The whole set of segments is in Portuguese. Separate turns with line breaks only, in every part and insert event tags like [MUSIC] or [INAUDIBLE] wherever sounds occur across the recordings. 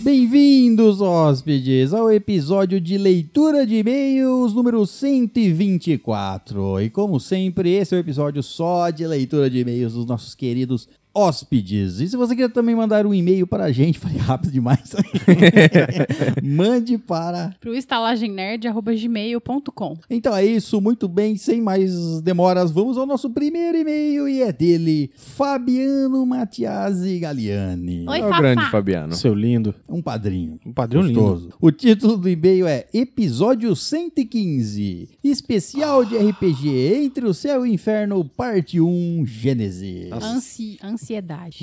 Bem-vindos, hóspedes, ao episódio de leitura de e-mails número 124. E como sempre, esse é o episódio só de leitura de e-mails dos nossos queridos hóspedes. E se você quiser também mandar um e-mail para a gente, [LAUGHS] falei rápido demais, mande para
pro estalagemnerd.gmail.com.
Então é isso, muito bem, sem mais demoras, vamos ao nosso primeiro e-mail e é dele, Fabiano Matiasi Galiani.
Oi,
É o grande
Fafá.
Fabiano.
Seu lindo.
Um padrinho.
Um padrinho lindo.
Gostoso. O título do e-mail é Episódio 115, especial de RPG Entre o Céu e o Inferno, parte 1, Gênese.
Ansi, ansiedade.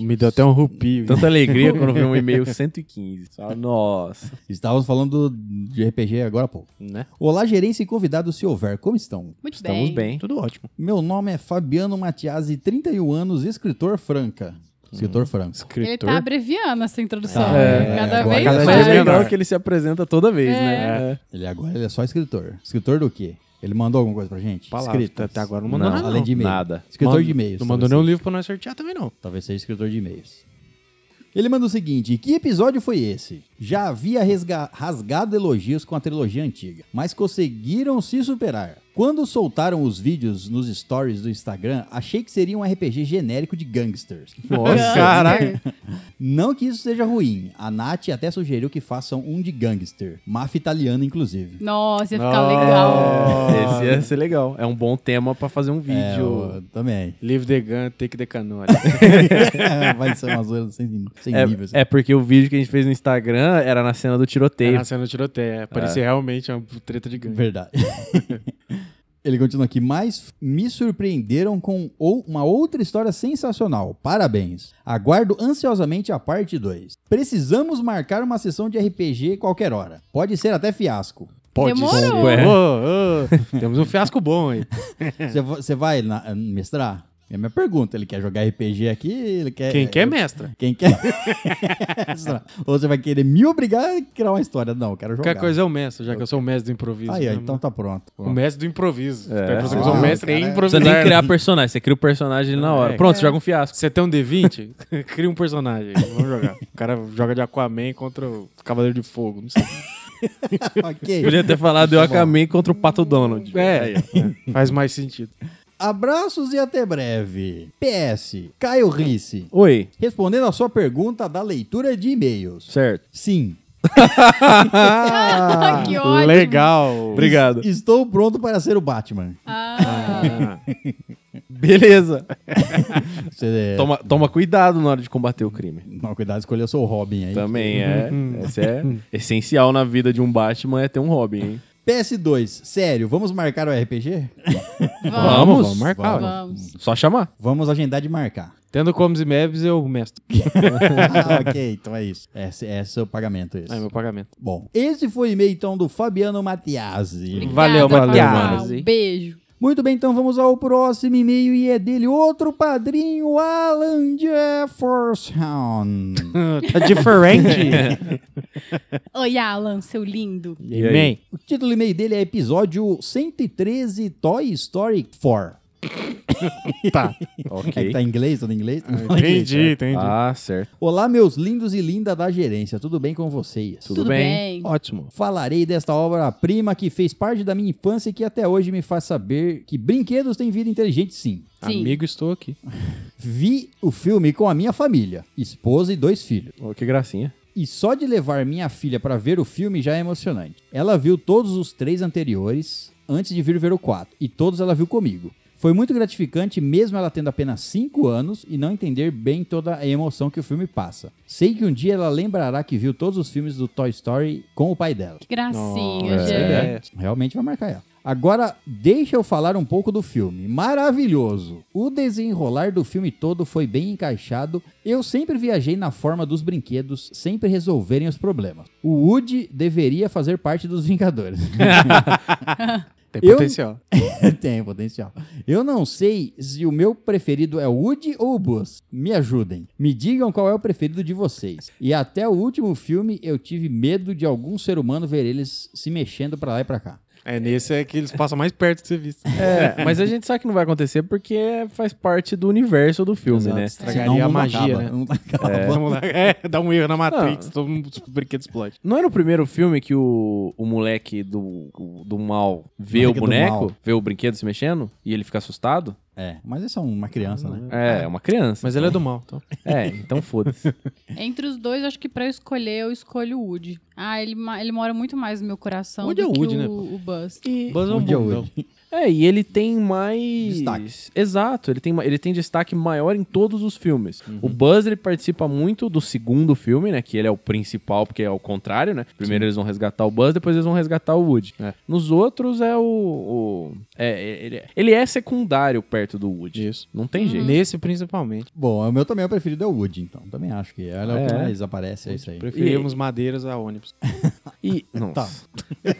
Me deu até um rupio.
Tanta alegria quando vê um e-mail 115. Só, Nossa,
Estávamos falando de RPG agora há pouco.
né?
Olá, gerência e convidados, se houver, como estão?
Muito
Estamos bem.
Tudo ótimo.
Meu nome é Fabiano Matiasi, 31 anos, escritor franca. Escritor
Hum.
franco.
Ele
Escritor.
tá abreviando essa introdução.
Tá.
né?
É,
cada
agora
vez
cada
Mas
mais.
é
vez
legal
menor.
que ele se apresenta toda vez, né? É.
Ele agora ele é só escritor. Escritor do quê? Ele mandou alguma coisa pra gente?
Palavras.
Escritas.
Até agora não mandou nada,
Além
não.
de e-mail.
Nada.
Escritor
Manda-
de e-mails.
Não mandou
talvez
nenhum livro pra nós sortear também, não.
Talvez seja escritor de e-mails. Ele manda o seguinte: que episódio foi esse? Já havia resga- rasgado elogios com a trilogia antiga, mas conseguiram se superar. Quando soltaram os vídeos nos stories do Instagram, achei que seria um RPG genérico de gangsters.
[LAUGHS] É.
Nossa, caraca.
Não que isso seja ruim, a Nath até sugeriu que façam um de gangster, máfia italiana, inclusive.
Nossa, ia ficar legal.
Ah.
Esse ia ser legal. É um bom tema pra fazer um
É,
vídeo.
eu
[LAUGHS]
também.
Live the gun, [LAUGHS] take the canola.
Vai ser uma zoeira sem, sem
É,
nível. assim.
é porque o vídeo que a gente fez no Instagram era na cena do tiroteio.
Era Tá sendo tiroteio. é, Parecia
É.
realmente uma treta de gangue.
Verdade. [LAUGHS] Ele continua aqui, mas me surpreenderam com ou- uma outra história sensacional. Parabéns. Aguardo ansiosamente a parte 2. Precisamos marcar uma sessão de RPG qualquer hora. Pode ser até fiasco.
Demorou.
ser.
Ué.
Ô, ô, temos um fiasco bom aí.
[LAUGHS] Você vai na- mestrar? É a minha pergunta. Ele quer jogar RPG aqui? Ele quer,
Quem quer, é mestra.
Quem quer? [LAUGHS] mestrar. Ou você vai querer me obrigar a criar uma história? Não, eu quero jogar.
Qualquer coisa é o mestre, já que eu sou o mestre do improviso.
Aí, ó,
né,
então
mano?
tá pronto.
O mestre do improviso. Tá pensando que eu
Ah,
sou o
o
mestre
cara
em
é-
Não precisa
improvisar.
nem criar personagem, você cria o personagem ali na hora.
[LAUGHS] É.
Pronto, joga um fiasco.
Você tem um D20? [LAUGHS] Cria um personagem. Vamos jogar. O cara joga de Aquaman contra o Cavaleiro de Fogo. Não sei. [LAUGHS]
ok.
Podia ter falado eu
Tá bom.
acamei contra
Hum.
o Pato Donald.
É, é, [LAUGHS] faz mais sentido.
Abraços e até breve. PS, Caio Risse.
Oi.
Respondendo a sua pergunta da leitura de e-mails.
Certo.
Sim,
Ah,
[LAUGHS]
que ótimo.
Legal.
Obrigado.
estou pronto para ser o [LAUGHS] Batman.
Ah,
Beleza.
Você
Toma, toma cuidado na hora de combater o crime.
é, Não, cuidado, escolheu seu Robin aí.
Também é. Essa [LAUGHS] é essencial na vida de um Batman é ter um Robin, hein?
PS2, sério, vamos marcar o [LAUGHS] RPG?
vamos.
vamos marcar.
Vamos.
ué.
Vamos.
Só chamar.
Vamos agendar de marcar.
Tendo comes e mebs, eu mestre.
[LAUGHS] Ah, ok, então é isso. Esse é seu pagamento esse.
É meu [LAUGHS] pagamento.
Bom, esse foi o e-mail então do Fabiano Matiasi.
Obrigada,
Valeu,
Fafá.
Matias.
Um beijo.
Muito bem, então vamos ao próximo e-mail e é dele outro padrinho, Alan Jefferson.
tá diferente. [LAUGHS]
Oi, Alan, seu lindo.
E aí?
Amém.
O título do e-mail dele é episódio 113 Toy Story 4.
Tá.
É que
[LAUGHS] Ok. É.
tá em inglês, tá em inglês? Não fala inglês,
Entendi,
né?
entendi.
Ah, certo.
Olá, meus lindos e linda da gerência, tudo bem com vocês?
Tudo
bem.
bem.
Ótimo.
Falarei desta obra-prima que fez parte da minha infância e que até hoje me faz saber que brinquedos têm vida inteligente, sim.
Sim.
Amigo, estou aqui.
Vi o filme com a minha família, esposa e dois filhos.
Oh, que gracinha.
E só de levar minha filha pra ver o filme já é emocionante. Ela viu todos os três anteriores antes de vir ver o 4, e todos ela viu comigo. Foi muito gratificante, mesmo ela tendo apenas 5 anos e não entender bem toda a emoção que o filme passa. Sei que um dia ela lembrará que viu todos os filmes do Toy Story com o pai dela.
Que gracinha,
Nossa,
gente.
é.
Realmente vai marcar ela. Agora, deixa eu falar um pouco do filme. Maravilhoso! O desenrolar do filme todo foi bem encaixado. Eu sempre viajei na forma dos brinquedos sempre resolverem os problemas. O Woody deveria fazer parte dos Vingadores. [LAUGHS]
Tem
Eu-
potencial.
Tem potencial. Eu não sei se o meu preferido é o Woody ou o Buzz. Me ajudem. Me digam qual é o preferido de vocês. E até o último filme eu tive medo de algum ser humano ver eles se mexendo pra lá e pra cá.
É nesse é que eles passam mais perto de ser visto. [LAUGHS]
É, mas a gente sabe que não vai acontecer porque faz parte do universo do filme, né?
Estragaria
Senão o
a
mundo
magia,
acaba,
né?
[LAUGHS] o mundo acaba.
Vamos lá. É, dá um erro na Matrix, todo mundo, o brinquedo explode.
Não é no primeiro filme que o, o moleque do, do mal vê
Moleque
o
do
boneco,
mal.
vê o brinquedo se mexendo e ele fica assustado?
É, mas é só uma criança, né?
É, é uma criança.
Mas ele é do mal,
[LAUGHS]
então.
É, então foda-se.
Entre os dois, acho que pra eu escolher, eu escolho o Woody. Ah, ele, ma- ele mora muito mais no meu coração
Woody
do
é o
que
Woody,
o,
né,
o Buzz.
E-
Buzz é um
Onde é
bom,
hoje?
É, e ele tem mais.
Destaque.
Exato, ele tem, ma- ele tem destaque maior em todos os filmes.
Uhum.
O Buzz ele participa muito do segundo filme, né? Que ele é o principal, porque é o contrário, né? Primeiro eles vão resgatar o Buzz, depois eles vão resgatar o Woody.
É.
Nos outros é o. o- é, ele, ele é secundário perto do Woody.
Isso. Hum.
Não
Hum.
tem jeito.
Nesse, principalmente.
Bom, o meu também é o preferido é o Woody, então. Também acho que ela é, o que
É.
mais aparece, é isso aí.
Preferimos madeiras a ônibus. [LAUGHS]
E,
Tá.
nossa. [LAUGHS]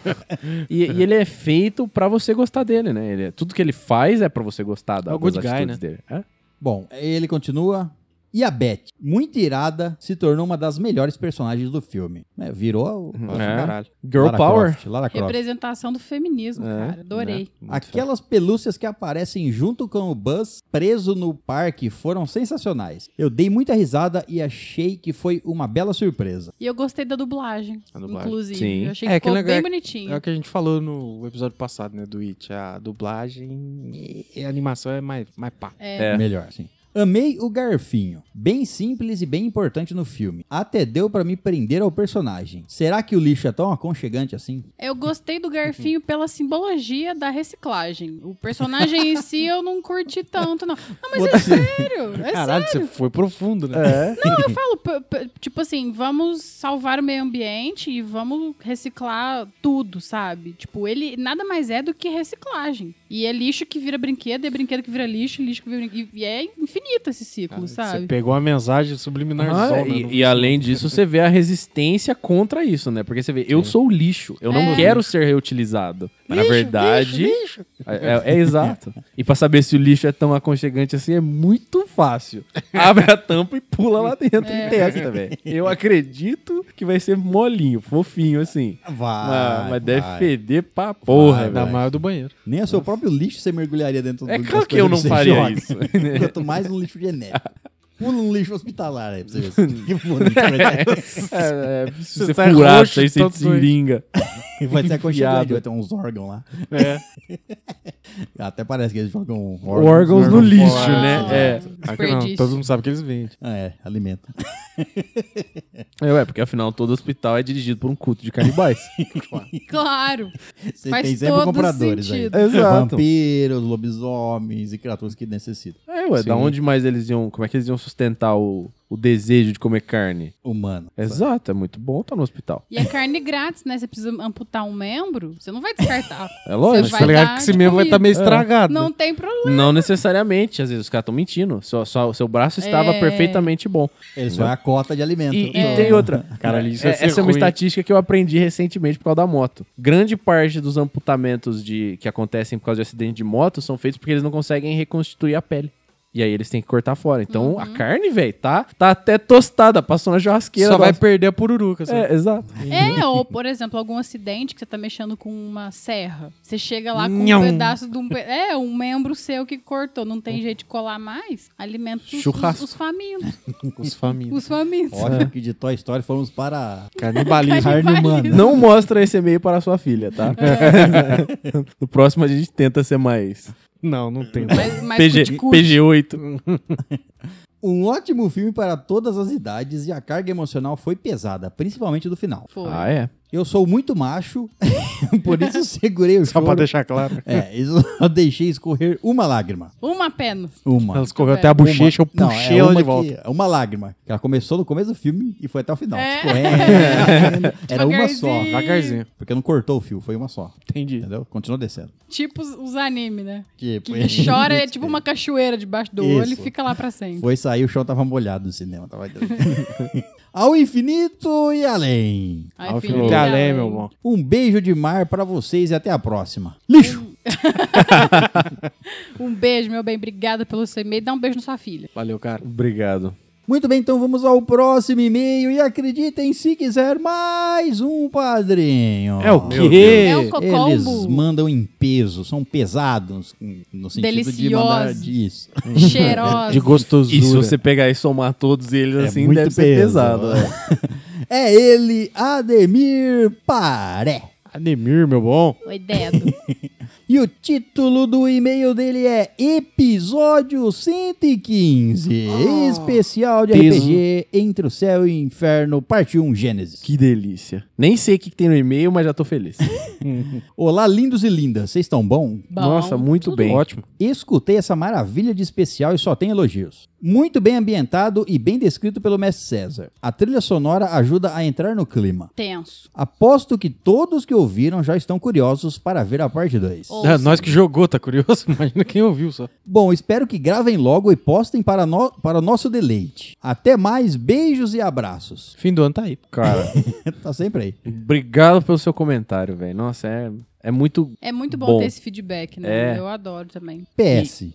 e, e ele é feito pra você gostar dele, né? Ele é- tudo que ele faz é pra você gostar da,
É o
das
good guy,
atitudes dele. É?
Bbom, ele continua. E a Beth, muito irada, se tornou uma das melhores personagens do filme. É, virou o-
Nossa,
É.
caralho.
Girl
Lara
Power.
Croft, Lara Croft.
Representação do feminismo,
É,
cara. Adorei.
né? Muito
Aquelas pelúcias que aparecem junto com o Buzz preso no parque foram sensacionais. Eu dei muita risada e achei que foi uma bela surpresa.
E eu gostei da dublagem,
A dublagem.
inclusive.
Sim.
Eu achei
É,
que
aquele
ficou bem
negócio-
bonitinho.
É o que a gente falou no episódio passado, né, do It. A dublagem e a animação é mais, mais pá.
É.
Melhor, sim. Amei o garfinho. Bem simples e bem importante no filme. Até deu pra me prender ao personagem. Será que o lixo é tão aconchegante assim?
Eu gostei do
[LAUGHS]
garfinho pela simbologia da reciclagem. O personagem em si eu não curti tanto, não. Não, mas é sério. É
Caralho, você foi profundo,
É.
né?
sério, eu falo. p- p- Tipo assim, vamos salvar o meio ambiente e vamos reciclar tudo, sabe? Tipo, ele nada mais é do que reciclagem. E é lixo que vira brinquedo, é brinquedo que vira lixo, lixo que vira brinquedo. E é infinito esse ciclo,
Cara, é Você
sabe?
pegou uma mensagem subliminar
Ah,
zona, né?
e,
não-
e além disso, você vê a resistência contra isso, né? Porque você vê, eu sou o lixo, eu não
É.
quero ser reutilizado. Mas, na verdade, É, é- é exato. E pra saber se o lixo é tão aconchegante assim, é muito fácil. Abre a tampa e pula lá dentro e testa, velho. Eu acredito que vai ser molinho, fofinho assim.
[LAUGHS] Vai.
mas é mas deve
vai.
feder pra porra,
Vai,
velho.
Ah, Da
vai.
maior do banheiro.
Nem o seu próprio lixo você mergulharia dentro
É
do das
claro que
coisas
eu não
você
faria
joga.
isso.
[LAUGHS] Quanto mais um lixo
[LAUGHS]
genético. Pula um lixo hospitalar aí pra você ver. se- Que bonito vai ter.
[LAUGHS] É, é, se
Você
você
tá
furar,
roxo
aí
de
você
tanto doente.
tiringa.
[LAUGHS] Vai ser aconchegante,
Enfiado.
vai ter uns órgãos lá.
É.
[LAUGHS] Até parece que eles jogam órgãos.
É. Órgãos no
órgãos
lixo,
fora.
né? É.
Desperdício.
todo mundo sabe que eles vendem.
Ah, É, alimenta.
É, ué, porque afinal todo hospital é dirigido por um culto de canibais.
Claro.
Você
Faz
tem sempre
todo
compradores
sentido.
aí.
[LAUGHS] Exato.
Vampiros, lobisomens e criaturas que necessitam.
É, ué,
Sim.
da onde mais eles iam. Como é que eles iam sustentar o, o desejo de comer carne?
Humano.
Exato, é muito bom estar no hospital.
E é carne grátis, né? Você precisa amputar um membro, você não vai descartar.
É lógico.
Você
Mas
vai
tá ligado
dar
que esse
de
mesmo vai estar
comida.
meio estragado. né?
Não tem problema.
Não necessariamente, às vezes os caras estão mentindo. Seu, sua- seu braço estava
É.
perfeitamente bom.
Ele só é a cota de alimento.
E, e
Então,
tem outra.
[LAUGHS] Caralho, isso
É,
vai ser
essa é uma
ruim.
estatística que eu aprendi recentemente por causa da moto. Grande parte dos amputamentos de, que acontecem por causa de acidente de moto são feitos porque eles não conseguem reconstituir a pele. E aí eles têm que cortar fora. Então a
Uhum.
carne, velho, tá, tá até tostada, passou na churrasqueira.
Só vai
nossa.
perder a pururuca. sabe?
É, exato.
É, ou, por exemplo, algum acidente que você tá mexendo com uma serra. Você chega lá com
Nham.
um pedaço de um. pe- É, um membro seu que cortou. Não tem jeito de colar mais. Alimenta os, os,
Churrasco.
os famintos.
Os famintos.
Os famintos.
Ótimo que de Toy Story fomos para
É. Canibalismo.
carne humana.
Não mostra esse e-mail para sua filha, tá? [LAUGHS] no próximo a gente tenta ser mais
Não, não tem.
Mas, mas
PG,
cuticute.
PG8.
Um ótimo filme para todas as idades e a carga emocional foi pesada, principalmente do final.
Foi.
Ah, é?
Eu sou muito macho, [LAUGHS] por isso segurei o
Só pra
choro.
deixar claro.
É, [LAUGHS] eu só deixei escorrer uma lágrima.
Uma pena.
Uma.
Ela escorreu
É.
até a bochecha, eu
Uma. Não,
puxei
é
ela
uma
de volta.
que- uma lágrima. Que ela começou no começo do filme e foi até o final.
É.
Escorrendo. Era uma só.
Devagarzinho.
Devagarzinho.
Porque não cortou o fio, foi uma só.
Entendi.
Entendeu? Continuou descendo.
Tipo os, os anime, né?
Tipo,
Que chora, é tipo uma cachoeira debaixo do
Isso.
olho e fica lá pra sempre.
Foi sair, o chão tava molhado do cinema. Tava... [LAUGHS] Ao infinito e além.
Ai,
Ao
filho,
fim até
já
além,
é.
meu bom.
Um beijo de mar pra vocês e até a próxima. Lixo!
Um beijo, meu bem. Obrigada pelo seu e-mail. Dá um beijo na sua filha.
Valeu, cara.
Obrigado.
Muito bem, então vamos ao próximo e-mail. E acreditem, se quiser, mais um padrinho.
É o
Meu
quê?
É o cocombo.
Eles mandam em peso, são pesados no sentido de mandar
Deliciosos.
disso.
[LAUGHS]
Cheirosa.
De gostosura.
E se você pegar e somar todos eles,
É
assim,
muito
deve ser
peso.
pesado. né?
É ele, Ademir Paré.
Ademir, meu bom.
Oi, Dedo.
E o título do e-mail dele é Episódio 115, especial de
Peso.
RPG Entre o Céu e o Inferno, parte 1, Gênesis.
Que delícia. Nem sei o que que tem no e-mail, mas já tô feliz.
Olá, lindos e lindas, vocês estão bom?
Bom,
Tá
Nossa, muito
tudo
bem.
Ótimo.
Escutei essa maravilha de especial e só tem elogios. Muito bem ambientado e bem descrito pelo mestre César. A trilha sonora ajuda a entrar no clima.
Tenso.
Aposto que todos que ouviram já estão curiosos para ver a parte 2.
Ou-
Ah, nós que jogou, tá curioso? [LAUGHS] Imagina quem ouviu só.
Bom, espero que gravem logo e postem para, no- para o nosso deleite. Até mais, beijos e abraços. [LAUGHS]
Fim do ano tá aí.
Cara,
tá sempre aí.
obrigado pelo seu comentário, velho. Nossa, é, é muito.
É muito bom,
Bom.
ter esse feedback, né?
É.
Eu adoro também.
PS.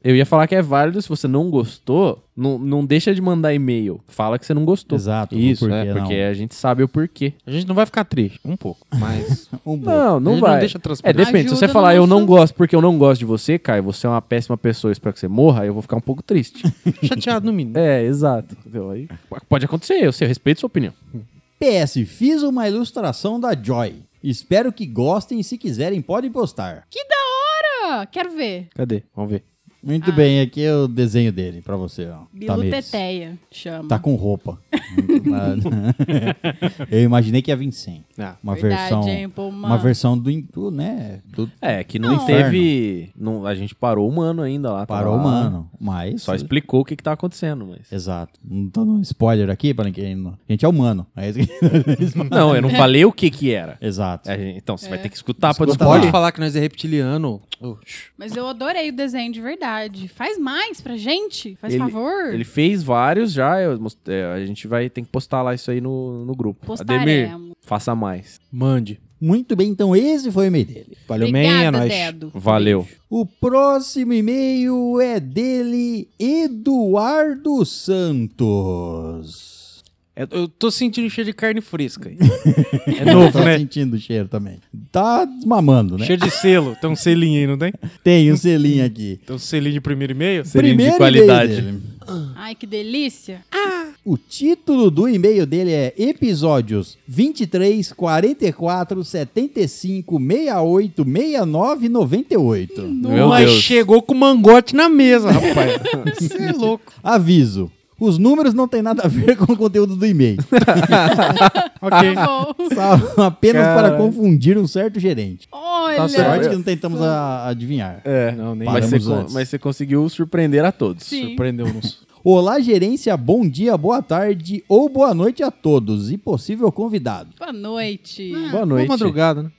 Eu ia falar que é válido, se você não gostou, não, não deixa de mandar e-mail. Fala que você não gostou.
Exato, o
Isso,
porquê
é,
não.
porque a gente sabe o porquê.
A gente não vai ficar triste. Um pouco. Mas.
Um bom.
Não,
a
não
gente
vai.
Não deixa
É,
transparecer.
depende. Se
Ajuda
você
no
falar, eu não
nosso-
gosto porque eu não gosto de você, Caio, você é uma péssima pessoa, eu espero que você morra, eu vou ficar um pouco triste.
Chateado no
[LAUGHS]
mínimo.
é, exato. Entendeu? Aí, pode acontecer, eu, sei, eu respeito sua opinião.
PS, fiz uma ilustração da Joy. Espero que gostem e se quiserem podem postar.
Ah, quero
Tá
ver.
Cadê? Vamos ver.
Ah.
Muito bem, aqui é o desenho dele pra você, ó.
Bilu
Tamires.
Teteia chama.
Tá com roupa.
[LAUGHS]
Eu imaginei que ia vir sem.
Ah,
Uma
Verdade,
versão.
hein, pô, Ah. uma-
Uma versão do, in- do, né? do-
É, que não,
Não.
teve. não- a gente parou o mano ainda lá. tava
parou um
lá,
humano. Mas.
Só explicou o que, que tá acontecendo, mas.
Exato. Não tô dando spoiler aqui pra ninguém. não. A gente é humano. É isso que- É.
Não, eu não falei o que que era.
[LAUGHS] Exato.
A gente- então, você vai ter que escutar pra
Escuta
descobrir.
lá.
falar que nós é reptiliano. Oh, shh.
Mas eu adorei o desenho de verdade. Faz mais pra gente, faz
Ele-
favor.
Ele fez vários já, eu most- é, a gente vai ter que postar lá isso aí no, no grupo. Ademir,
Postaremos.
faça mais.
Mande.
Muito bem, então esse foi o e-mail dele.
Valeu, man, é
Obrigada,
nóis.
Dedo.
Valeu.
O próximo e-mail é dele, Eduardo Santos.
É, Eu tô sentindo cheiro de carne fresca. É
[LAUGHS]
novo,
tá
né?
sentindo o cheiro também. Tá desmamando, né?
Cheiro de selo. Tem um selinho aí, não tem?
Tem um selinho aqui.
Tem um selinho de primeiro e meio?
Selinho de
Primeiro e-mail
qualidade.
dele.
Ai, que delícia.
O título do e-mail dele é Episódios 23, 44, 75, 68, 69, 98.
Meu
Mas
Deus.
chegou com mangote na mesa, rapaz. Você é louco.
Aviso. Os números não têm nada a ver com o conteúdo do e-mail.
Ok.
Tá bom.
São apenas para
Caralho.
confundir um certo gerente.
Olha.
Tá
Sorte que não tentamos a- adivinhar.
É. Não, nem
Mas
Mas
Paramos
você, con-
antes.
mas você conseguiu surpreender a todos.
Sim. [LAUGHS]
Surpreendeu-nos.
Olá, gerência, bom dia, boa tarde ou boa noite a todos e possível convidado.
Boa noite.
Boa noite.
Boa madrugada, né?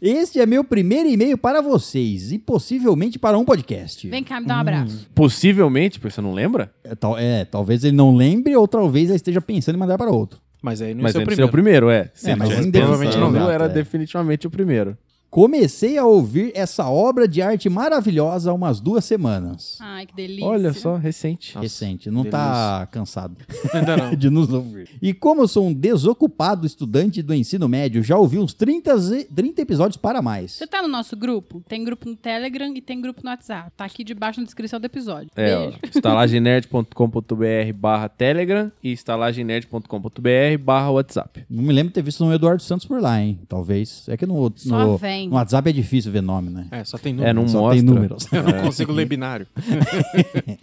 Este é meu primeiro e-mail para vocês e possivelmente para um podcast.
Vem cá, me dá um abraço.
Possivelmente, porque você não lembra?
É, tal- é, talvez ele não lembre ou talvez ele esteja pensando em mandar para outro.
Mas aí não
mas
é
ele
o
não seria o
primeiro.
primeiro, é.
É,
ele
mas
tivesse
ainda definitivamente
pensando,
não.
era
É.
definitivamente o primeiro.
Comecei a ouvir essa obra de arte maravilhosa há umas duas semanas.
Ai, que delícia.
Olha só, recente.
Recente, não tá cansado
Ainda
[LAUGHS]
não.
de nos ouvir. E como eu sou um desocupado estudante do ensino médio, já ouvi uns 30, ze- 30 episódios para mais.
Você tá no nosso grupo? Tem grupo no Telegram e tem grupo no WhatsApp. Tá aqui debaixo na descrição do episódio.
É, ó,
Beijo.
estalagenerd.com.br barra Telegram e estalagenerd.com.br barra WhatsApp.
Não me lembro de ter visto um Eduardo Santos por lá, hein? Talvez. É que no,
Só
no,
vem.
no WhatsApp é difícil ver nome, né?
É, só tem
É,
número.
não
Só
mostra.
tem números.
Eu não consigo ler binário.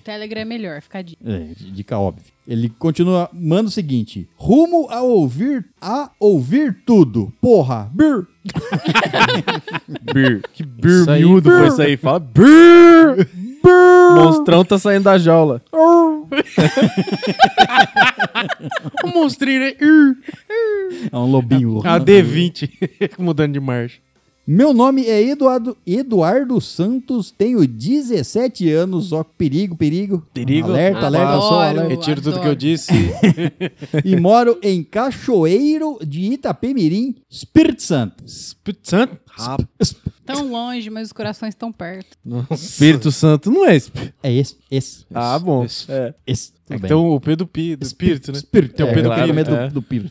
Telegram é melhor, fica de...
É, dica óbvia. Ele continua, manda o seguinte: rumo a ouvir, a ouvir tudo. Porra, bir.
Bir. Que bir
Isso aí.
miúdo foi isso aí. Fala bir. Monstrão tá saindo da jaula.
O monstrinho, né? Ur.
É um lobinho.
A D20. [LAUGHS] Mudando de marcha.
Meu nome é Eduardo, Eduardo Santos, tenho 17 anos, ó, perigo, perigo.
Perigo. Ah,
Alerta, alerta, só
Adoro.
alerta.
Retiro tudo
adoro.
que eu disse.
E moro em Cachoeiro de Itapemirim, Espírito Santo.
Espírito Santo.
Esp-
Tão longe, mas os corações tão perto.
Espírito Santo não é esp.
É esse, esse,
Ah, bom.
Esse-
É.
esse. Tudo bem.
Então o P do Pi, do espírito, né?
Espírito.
Tem o
é,
P do
eu fico com
Piro,
medo
é.
do, do Piro.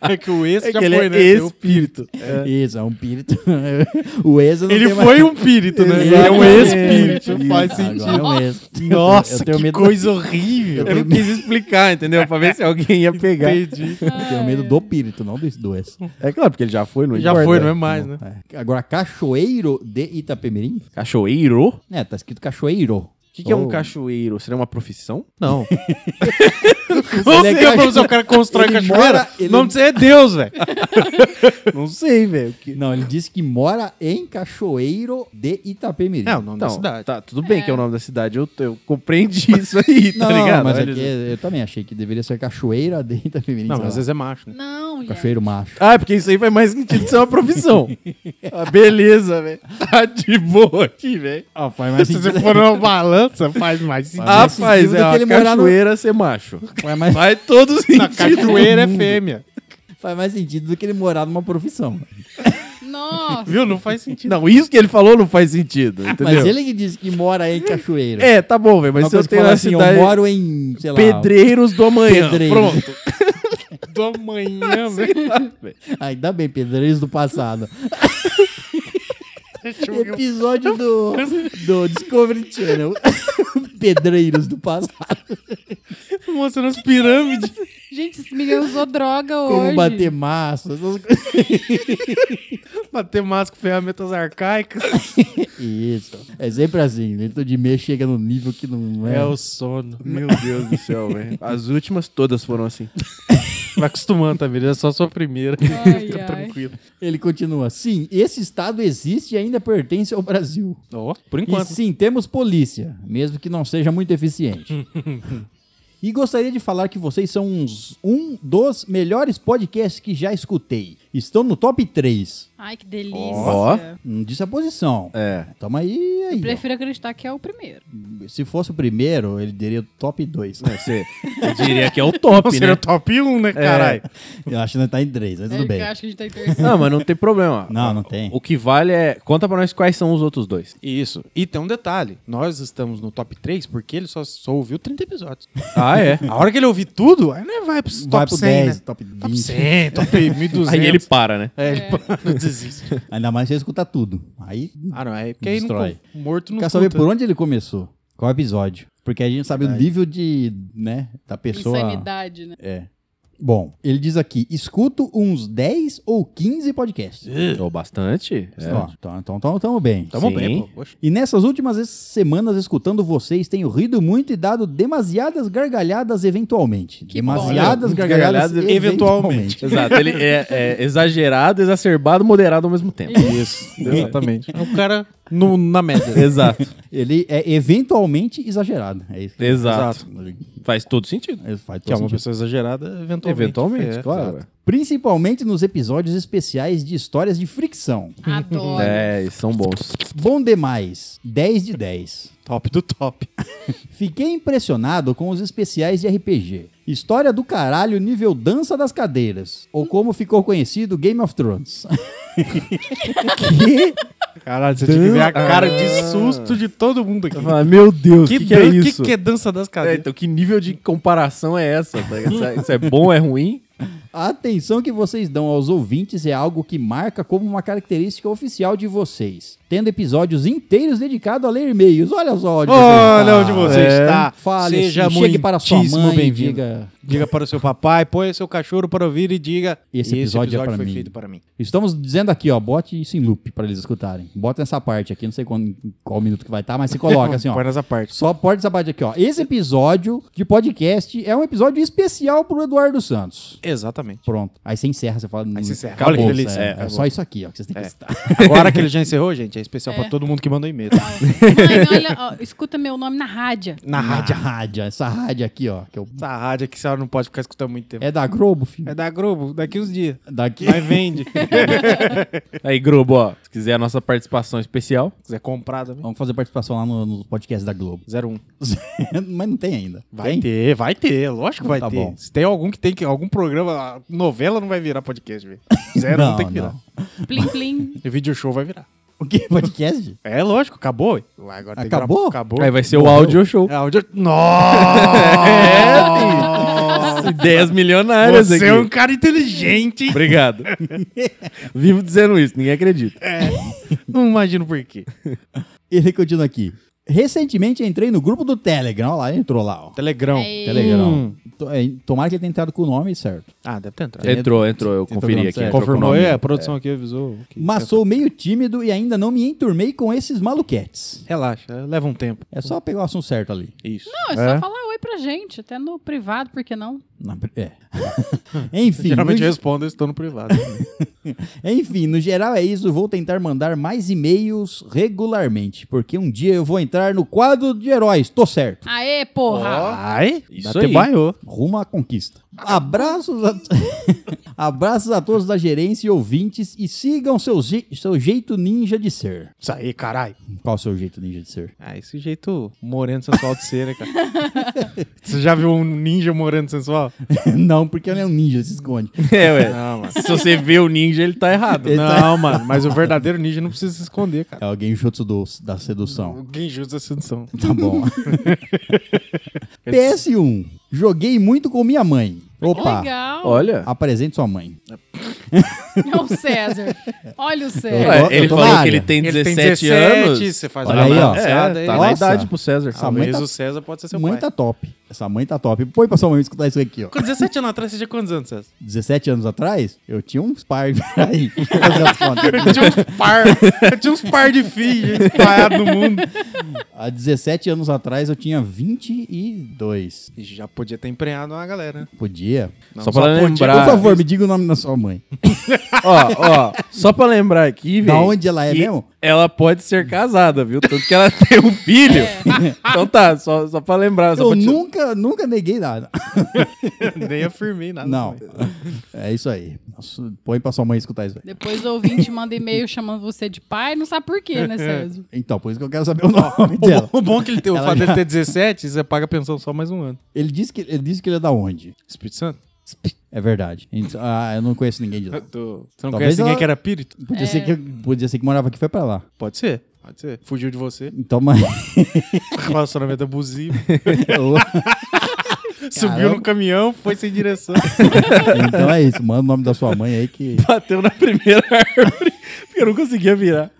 É que o ex
É
já
que ele
foi,
é
né?
espírito.
Isso, é um pirito. [LAUGHS] o ex eu não
Ele
tenho
foi um pírito, né?
Ele
Ele é um
é um
espírito.
mais...
Faz
Agora
sentido.
é um ex.
Nossa,
eu tenho
que
medo-
coisa horrível.
Eu
Eu
tenho,
não quis explicar, entendeu? Pra ver se alguém ia pegar.
Entendi.
eu tenho medo do pirito, não do, do ex.
É claro, porque ele já foi, não
Já
importa.
foi, não é mais, né?
É. Agora, cachoeiro de Itapemirim?
Cachoeiro? O
É, tá escrito cachoeiro.
que, que é um
é? Oh.
cachoeiro? Seria uma profissão? Não.
Como
Ele é
que é
cacho-
pra você? O cara constrói
Ele
cachoeira?
mora-
O
ele-
nome disso é Deus, velho.
[LAUGHS] não sei, velho. Que...
Não, ele disse que mora em Cachoeiro de Itapemirim.
É, o nome da
Então,
cidade.
tá, tudo bem que é o nome da cidade. Eu, eu compreendi [LAUGHS] isso aí, tá
Não,
ligado?
mas é
Olha,
que eu também achei que deveria ser Cachoeira de Itapemirim.
Não,
sei
mas às
lá.
vezes é macho, né?
Não, gente.
Cachoeiro macho.
Ah, é porque isso aí faz mais sentido de ser uma
[LAUGHS]
profissão. Ah, beleza, velho. Tá de boa aqui, velho.
Ah, [LAUGHS] faz mais
Se
sentido.
você for numa balança, faz mais sentido.
Ah,
Ah,
faz
faz,
sentido do
é
que
uma
ele morar no-
cachoeira ser macho.
Faz mais,
Faz todo
A
sentido.
cachoeira é fêmea.
faz mais sentido do que ele morar numa profissão.
Nossa.
Viu? Não faz sentido.
Não, isso que ele falou não faz sentido, entendeu?
Ah, Mas ele que disse que mora em Cachoeiro.
É, tá bom, velho, mas
Uma
se eu
coisa que
tenho
fala
na
assim,
cidade...
eu moro em, sei lá...
Pedreiros do amanhã.
Pedreiros.
Pronto.
[LAUGHS] Do amanhã, velho.
[LAUGHS] Ainda bem, Pedreiros do Passado. Episódio do, do Discovery Channel. [LAUGHS] Pedreiros do Passado.
Mostrando as pirâmides.
Gente, esse menino usou droga hoje.
Como bater massa. essas coisas.
Matemática, ferramentas arcaicas.
Isso. É sempre assim. Dentro de mês chega num nível que não é...
É o sono.
[LAUGHS] Meu Deus do céu, velho. As últimas todas foram assim.
Vai acostumando, tá, beleza? É só a sua primeira.
Ai,
Fica
ai.
tranquilo.
Ele continua. Sim, esse estado existe e ainda pertence ao Brasil.
Ó, por
E
enquanto.
sim, temos polícia, mesmo que não seja muito
[LAUGHS]
eficiente. e gostaria de falar que vocês são uns, um dos melhores podcasts que já escutei. Estão no top 3.
Ai, que delícia.
Ó.
Não disse a posição.
É.
Toma aí. aí, ó.
Prefiro acreditar que é o primeiro.
Se fosse o primeiro, ele diria top 2.
É.
Não, É, você, eu diria que é o top,
Não
né?
seria o top 1, né, caralho?
Eu acho que não tá em 3, mas
É
tudo bem.
que eu acho que a gente tá em terceiro.
Não, mas não tem problema.
Não, não tem.
O que vale é... Conta pra nós quais são os outros dois.
Isso. E tem um detalhe. Nós estamos no top 3 porque ele só, só ouviu 30 episódios.
Ah, [LAUGHS] é?
A hora que ele ouvir tudo, aí né, vai pro
Vai
top
pro
100,
10,
né?
top 20.
Top 100, top 1200.
Aí ele para, né?
[LAUGHS] É, ele [LAUGHS] não desiste.
Ainda mais se eu escutar tudo. Aí
Ah, não, é porque aí não,
Destrói.
morto não
Quer saber
escuta.
por onde ele começou? Qual episódio? Porque a gente sabe o nível de, né, da pessoa.
Insanidade, né?
Bom, ele diz aqui, escuto uns 10 ou 15 podcasts.
Ou bastante. É.
Ó, então, então, então, tamo bem.
Tamo
Sim.
bem, pô. Poxa.
E nessas últimas es- semanas, escutando vocês, tenho rido muito e dado demasiadas gargalhadas eventualmente.
Que bom.
demasiadas
Olha,
gargalhadas,
gargalhadas
eventualmente.
Exato. Ele é, é exagerado, exacerbado, moderado ao mesmo tempo.
Isso, exatamente. É um cara no, na média.
[LAUGHS] Exato.
Ele é eventualmente exagerado. É isso.
Exato. Faz todo sentido.
Ele faz todo
Que é uma
sentido.
pessoa exagerada, eventualmente.
Eventualmente,
É,
claro.
Principalmente nos episódios especiais de histórias de fricção.
Adoro.
É, e são bons.
Bom demais. 10 de 10.
Top do top.
Fiquei impressionado com os especiais de RPG. História do caralho nível dança das cadeiras. Ou como ficou conhecido Game of Thrones. [LAUGHS]
Caralho, você tinha que ver a cara de susto de todo mundo aqui.
Ah, meu Deus,
Que,
que, que é
dan- que
isso?
que é dança das
É,
cadeiras?
então, que nível de comparação é essa? tá ligado? Isso é- Isso é bom, é ruim?
A atenção que vocês dão aos ouvintes é algo que marca como uma característica oficial de vocês. Tendo episódios inteiros dedicados a ler e-mails. Olha só onde
Olha
está.
onde você
É.
está.
Fale,
Seja
assim, chegue para sua
muitíssimo
mãe e
bem-vindo.
diga...
Diga para o seu papai, põe seu cachorro para ouvir e diga:
Esse episódio é para
foi
mim."
feito para mim.
Estamos dizendo aqui, ó, bote isso em loop para eles escutarem. Bota essa parte aqui, não sei quando- qual minuto que vai estar, mas se coloca
[LAUGHS]
assim, ó. [LAUGHS]
Põe nessa parte.
Só pode essa parte aqui, ó. Esse episódio de podcast é um episódio especial pro Eduardo Santos.
Exatamente.
Pronto. Aí você encerra, você fala.
Aí você encerra.
Acabou,
Olha que delícia.
É,
É,
é
acabou.
só isso aqui, ó, que vocês têm que estar.
Agora que ele já encerrou, gente, é especial
É.
para todo mundo que mandou e-mail.
Mãe, olha, ó, escuta meu nome na rádio.
Na rádio.
rádio, essa rádio aqui, ó. Que é, o-
Essa rádio aqui, senhora não pode ficar escutando muito tempo.
é da Globo, filho.
É da Globo, daqui uns dias.
Daqui.
Mas vende.
Aí, Grobo, ó. Se quiser a nossa participação especial,
Se quiser comprar também.
Vamos fazer participação lá no, no podcast da Globo. [LAUGHS]
01.
Mas não tem ainda.
Vai
tem?
ter, vai ter, lógico que vai
Tá
ter.
bom.
Se tem algum que tem que. Algum programa, a novela não vai virar podcast, velho. Zero não,
Não,
tem que virar.
não.
Plim, plim.
E vídeo show vai virar.
O que? Podcast?
É lógico, acabou. ué. Ué, Agora tem que
Acabou?
gravar- acabou.
aí vai ser o
Morreu.
áudio show.
É, onde eu... Nossa!
Ideias milionárias
Você é
aqui.
um cara inteligente. hein?
Obrigado. Vivo dizendo isso, ninguém acredita.
Não imagino por quê.
Ele continua aqui. Recentemente entrei no grupo do Telegram. Olha lá, ele entrou lá, ó.
Telegrão.
Ei.
Telegram.
Hum.
To- é, Tomara que ele tenha entrado com o nome certo.
Ah, deve ter entrado.
Entrou, entrou, eu conferi
dando
aqui.
certo.
entrou com É, o
Confirmou,
nome.
é, a produção aqui avisou. que- é."
Mas sou meio tímido e ainda não me enturmei com esses maluquetes.
Relaxa, leva um tempo.
É só pegar o assunto certo ali.
Isso.
Não, é só falar oi pra gente, até no privado, por que não?
Na- é. [LAUGHS] Enfim, no,
Geralmente é eu
ge-
respondo, eu estou no privado.
enfim, no geral é isso. Vou tentar mandar mais e-mails regularmente, porque um dia eu vou entrar no quadro de heróis. Tô certo.
Aê, porra!
Ai,
Isso
até
aí.
banhou.
Rumo à conquista. Abraços a, [LAUGHS] Abraços a todos da gerência e ouvintes e sigam seu, je- seu jeito ninja de ser.
Isso aí, caralho.
Qual o seu jeito ninja de ser? [LAUGHS]
Ah, esse jeito moreno sensual de ser, né, [LAUGHS] cara? Você já viu um ninja moreno sensual?
Não, porque ele é um ninja, se esconde.
É, ué.
Não, mano.
Se você vê o ninja, ele tá errado.
Ele tá-
Não, mano, mas o verdadeiro ninja não precisa se esconder, cara.
É alguém jutsu do, da sedução.
O Genjutsu da sedução.
Tá [LAUGHS] bom. PS1. Joguei muito com minha mãe. Opa.
Legal!
Olha.
Apresente sua mãe.
É o César. Olha o César.
Ué,
eu tô
ele
na
falou que
área.
ele tem 17, anos.
Você faz
Olha
uma
aí, ó.
balanceada
É,
aí.
tá na
Nossa.
idade pro César.
Ah,
Talvez
mãe tá-
o César pode ser seu
mãe
pai.
tá top. Essa mãe tá top. Põe pra sua mãe escutar isso aqui, ó.
Com 17 anos atrás, você tinha quantos anos, [LAUGHS] César?
17 anos atrás, eu tinha uns par [LAUGHS] aí. Deixa eu fazer as contas.
Eu tinha uns par, eu tinha uns par de filhos [LAUGHS] espalhados no mundo.
Há 17 anos atrás, eu tinha 22.
E já podia ter empreado uma galera, né?
Podia.
Não,
Só pra lembrar.
Por favor, me diga o nome da sua mãe.
ó, ó, só pra lembrar aqui,
Da
velho.
onde ela é
que
mesmo?
Ela pode ser casada, viu? Tanto que ela [LAUGHS] tem um filho. Então tá, só, só pra lembrar. Só
É. Eu
pra te-
nunca, nunca neguei nada.
[LAUGHS] Nem afirmei nada.
Não. É isso aí. Nossa, Põe pra sua mãe escutar isso aí.
Depois o ouvinte manda e-mail chamando você de pai, não sabe por quê, né, César?
Então, por isso que eu quero saber o nome dela.
O bom é que ele tem, o
Ela
fato
já-
dele ter 17, você paga a pensão só mais um ano.
Ele disse que ele, disse que ele é da onde?
Espírito Santo?
É verdade. Então, ah, eu não conheço ninguém de lá.
Tô- Você não
Talvez
conhece ninguém
ela-
que era pírito?
Podia, ser que, podia ser que morava aqui e foi pra lá.
Pode ser, pode ser. Fugiu de você.
Então, [LAUGHS] mas.
[LAUGHS]
[LAUGHS]
Relacionamento abusivo. Subiu
Caramba.
no caminhão, foi sem direção.
então é isso. Manda o nome da sua mãe aí que.
[LAUGHS]
[LAUGHS]
Bateu na primeira árvore, porque eu não conseguia virar.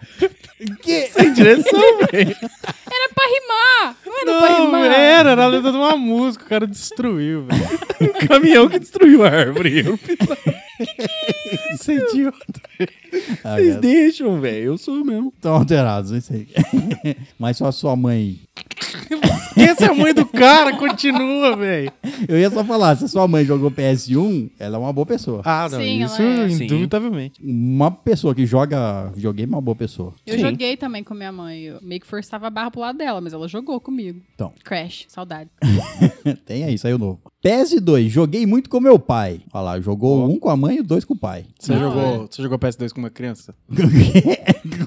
que?
Sem
[LAUGHS]
direção, velho.
Era pra rimar! Não era pra
Não, é.
rimar!
era, era a letra de uma música, o cara destruiu, velho.
[LAUGHS] O Um caminhão que destruiu a árvore.
[LAUGHS]
Eu-
Isso é idiota.
Ah,
Vocês
cara,
deixam, velho. Eu sou mesmo.
Estão alterados, isso aí. [LAUGHS] mas só a sua mãe.
Essa é a mãe do cara, continua, velho.
Eu ia só falar, se a sua mãe jogou PS1, ela é uma boa pessoa.
Ah, não,
Sim,
isso
ela é.
Sim.
indubitavelmente.
Uma pessoa que joga videogame é uma boa pessoa. [LAUGHS]
Eu
Sim.
joguei também com minha mãe. Eu meio que forçava a barra pro lado dela, mas ela jogou comigo.
Então.
Crash,
[LAUGHS]
saudade.
Tem aí, saiu novo. PS2, joguei muito com meu pai. Olha lá, jogou um com a mãe e dois com o pai. [LAUGHS]
Você,
Não,
jogou, você jogou PS2 com uma criança?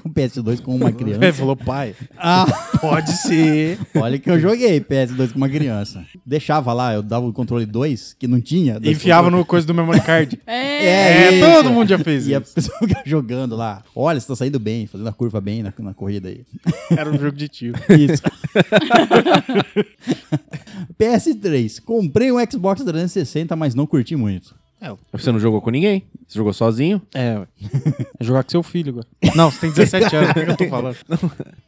com PS2 com uma [LAUGHS]
Ele
criança.
falou, pai,
Ah,
pode ser.
olha que eu joguei PS2 com uma criança. Deixava lá, eu dava o controle 2, que não tinha. dois
Enfiava
controles.
no coisa do memory card.
[LAUGHS] É!
É,
É,
isso.
todo mundo já fez
E a
isso.
pessoa [LAUGHS] ficava jogando lá. Olha, você tá saindo bem, fazendo a curva bem na, na corrida aí.
Era um jogo de tio.
Isso. PS3. Comprei um Xbox 360, mas não curti muito.
Você não jogou com ninguém? Você jogou sozinho?
É, ué. É jogar com seu filho agora. Não, você tem 17 anos, o que eu tô falando?
Tá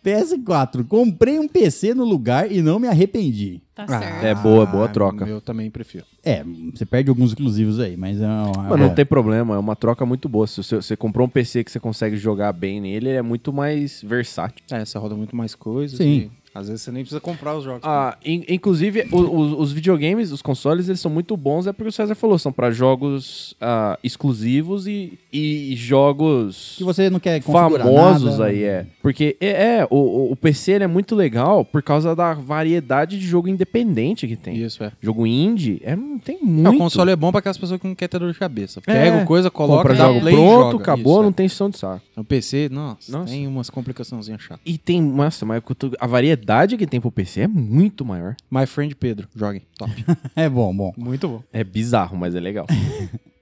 PS4. Comprei um PC no lugar e não me arrependi.
Tá
Ah,
certo.
É boa, boa troca.
Eu também prefiro.
É, você perde alguns exclusivos aí, mas é uma.
Mas não tem problema, é uma troca muito boa. Se você, você comprou um PC que você consegue jogar bem nele, ele é muito mais versátil.
É, você roda muito mais coisas.
Sim.
e- Às vezes você nem precisa comprar os jogos.
Ah, in- inclusive, o- o- os videogames, os consoles, eles são muito bons, é porque o César falou, são pra jogos ah, exclusivos e, e jogos
Que você não quer configurar
famosos
né?
nada.
aí, é. Porque, é, é, o- o, o PC ele é muito legal por causa da variedade de jogo independente que tem.
Isso, é.
Jogo indie, é, tem
É,
muito.
o console é bom pra aquelas pessoas que não querem ter dor de cabeça. Pega
É.
coisa, coloca,
Compra
dá
jogo
play e
pronto,
joga.
acabou,
Isso,
não tem som de saco.
é. No PC, nossa,
Nossa.
tem umas complicaçãozinhas chatas.
E tem, nossa, mas eu tô- a variedade que tem pro PC é muito maior.
My Friend Pedro, joguem. Top.
É bom, bom.
[LAUGHS] Muito bom.
É bizarro, mas é [LAUGHS] legal.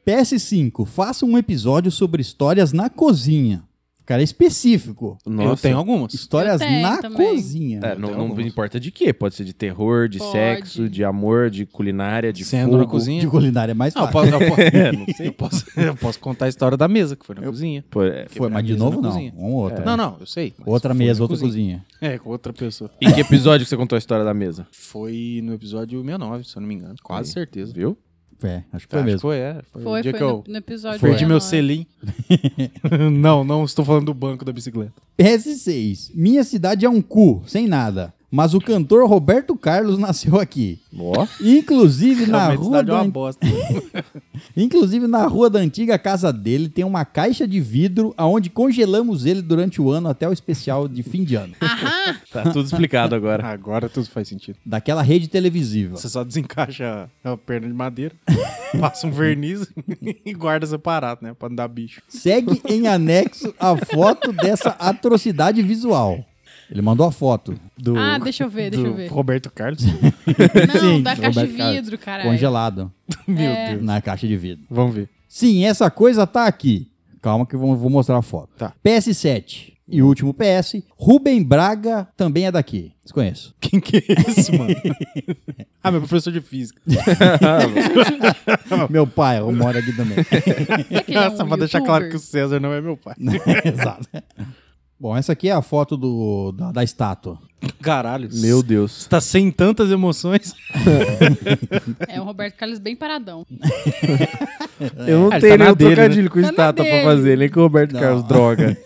PS5, faça um episódio sobre histórias na cozinha. Cara, é específico.
Eu
um,
tenho algumas.
Histórias
Eu tenho
na
também.
cozinha.
É, não,
tenho
não
algumas.
importa de quê. Pode ser de terror, de
Pode.
sexo, de amor, de culinária, de
Sendo na
fogo.
cozinha.
De culinária é mais
Ah, eu,
fácil.
posso, eu, posso, [LAUGHS] eu, posso, eu posso contar a história da mesa que foi na cozinha.
Pô, é,
Foi, mas de
mesa
novo
na
não.
né? cozinha. É.
Um outro.
Não, não, eu sei. mas
Outra
foi na
mesa, outra cozinha.
É, com outra pessoa.
Em que episódio que você contou a história da mesa?
Foi no episódio 69, se eu não me engano. Quase
Aí.
certeza.
Viu?
É, acho que foi
Acho que
mesmo.
Foi, é. Foi, o
Foi,
dia
foi
que eu
no, no episódio. né?
perdi meu
19.
selim. [LAUGHS] não, não estou falando do banco da bicicleta.
PS6. Minha cidade é um cu, sem nada. Mas o cantor Roberto Carlos [LAUGHS] nasceu aqui.
Ó.
Inclusive na,
Realmente,
rua
cidade é
da,
uma bosta.
inclusive na rua da antiga casa dele tem uma caixa de vidro aonde congelamos ele durante o ano até o especial de fim de ano.
Tá tudo explicado agora.
[LAUGHS] Agora tudo faz sentido.
Daquela rede televisiva.
Você só desencaixa a perna de [LAUGHS] madeira, passa um verniz [LAUGHS] e guarda separado, né? Pra não dar bicho.
Segue em anexo a foto dessa atrocidade visual. Ele mandou a foto do
Ah, deixa eu ver, deixa eu
Do
ver.
Roberto Carlos. [LAUGHS]
Não,
Sim,
da
do
caixa de
Roberto Carlos.
vidro, caralho.
congelado
Meu
É.
Deus.
na caixa de vidro.
Vamos ver.
Sim, essa coisa tá aqui. Calma que eu vou vou mostrar a foto.
Tá.
PS7 e último PS. Rubem Braga também é daqui. Desconheço.
Quem que é esse, [LAUGHS] mano? ah, meu professor de física.
[LAUGHS] Meu pai eu moro aqui também.
Será
[LAUGHS]
que ele é um
Só pra deixar claro que o
youtuber?
César não é meu pai.
Exato. Bom, essa aqui é a foto do, da, da estátua. [LAUGHS]
Caralho.
Meu Deus.
Você tá sem tantas emoções. [LAUGHS]
É um Roberto Carlos bem paradão.
Eu não
Ah, ele
tenho
tá na
nenhum
dele, né?
trocadilho com
Tá na
estátua pra
dele.
fazer, nem com o Roberto
Não.
Carlos, droga.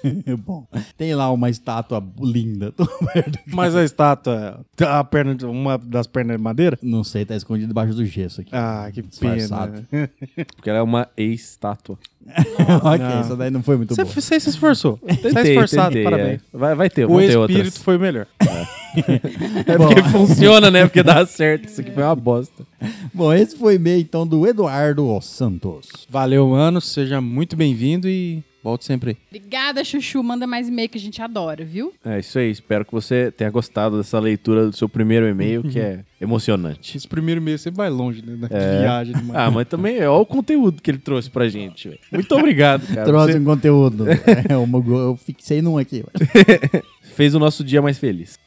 Bom, tem lá uma estátua linda. [LAUGHS]
Mas a estátua, tá a perna, de- uma das pernas de madeira?
Não sei, tá escondido debaixo do gesso aqui.
Ah, que pena.
Disfarçado.
[LAUGHS] Porque ela é uma ex-estátua.
[LAUGHS] ok,
não.
essa daí não foi muito
Você,
boa.
você se [LAUGHS] esforçou. Você é
Tentei,
esforçado,
tentei,
parabéns.
é. Vai, vai ter,
O
vão ter
espírito
outras.
foi melhor. [LAUGHS]
É porque funciona, né? Porque [LAUGHS] dá certo. Isso aqui foi uma bosta.
Bom, esse foi e-mail então do Eduardo Os Santos.
Valeu, mano. Seja muito bem-vindo e volte sempre aí.
Obrigada, Chuchu. Manda mais e-mail que a gente adora, viu?
É isso aí. Espero que você tenha gostado dessa leitura do seu primeiro e-mail, que é emocionante.
Esse primeiro mês sempre vai longe, né? Da viagem demais.
Ah, mas também é ó o conteúdo que ele trouxe pra gente. velho. Muito obrigado, cara.
Trouxe
Você
um conteúdo. [LAUGHS] É, uma go- eu fixei num aqui. ué.
fez o nosso dia mais feliz.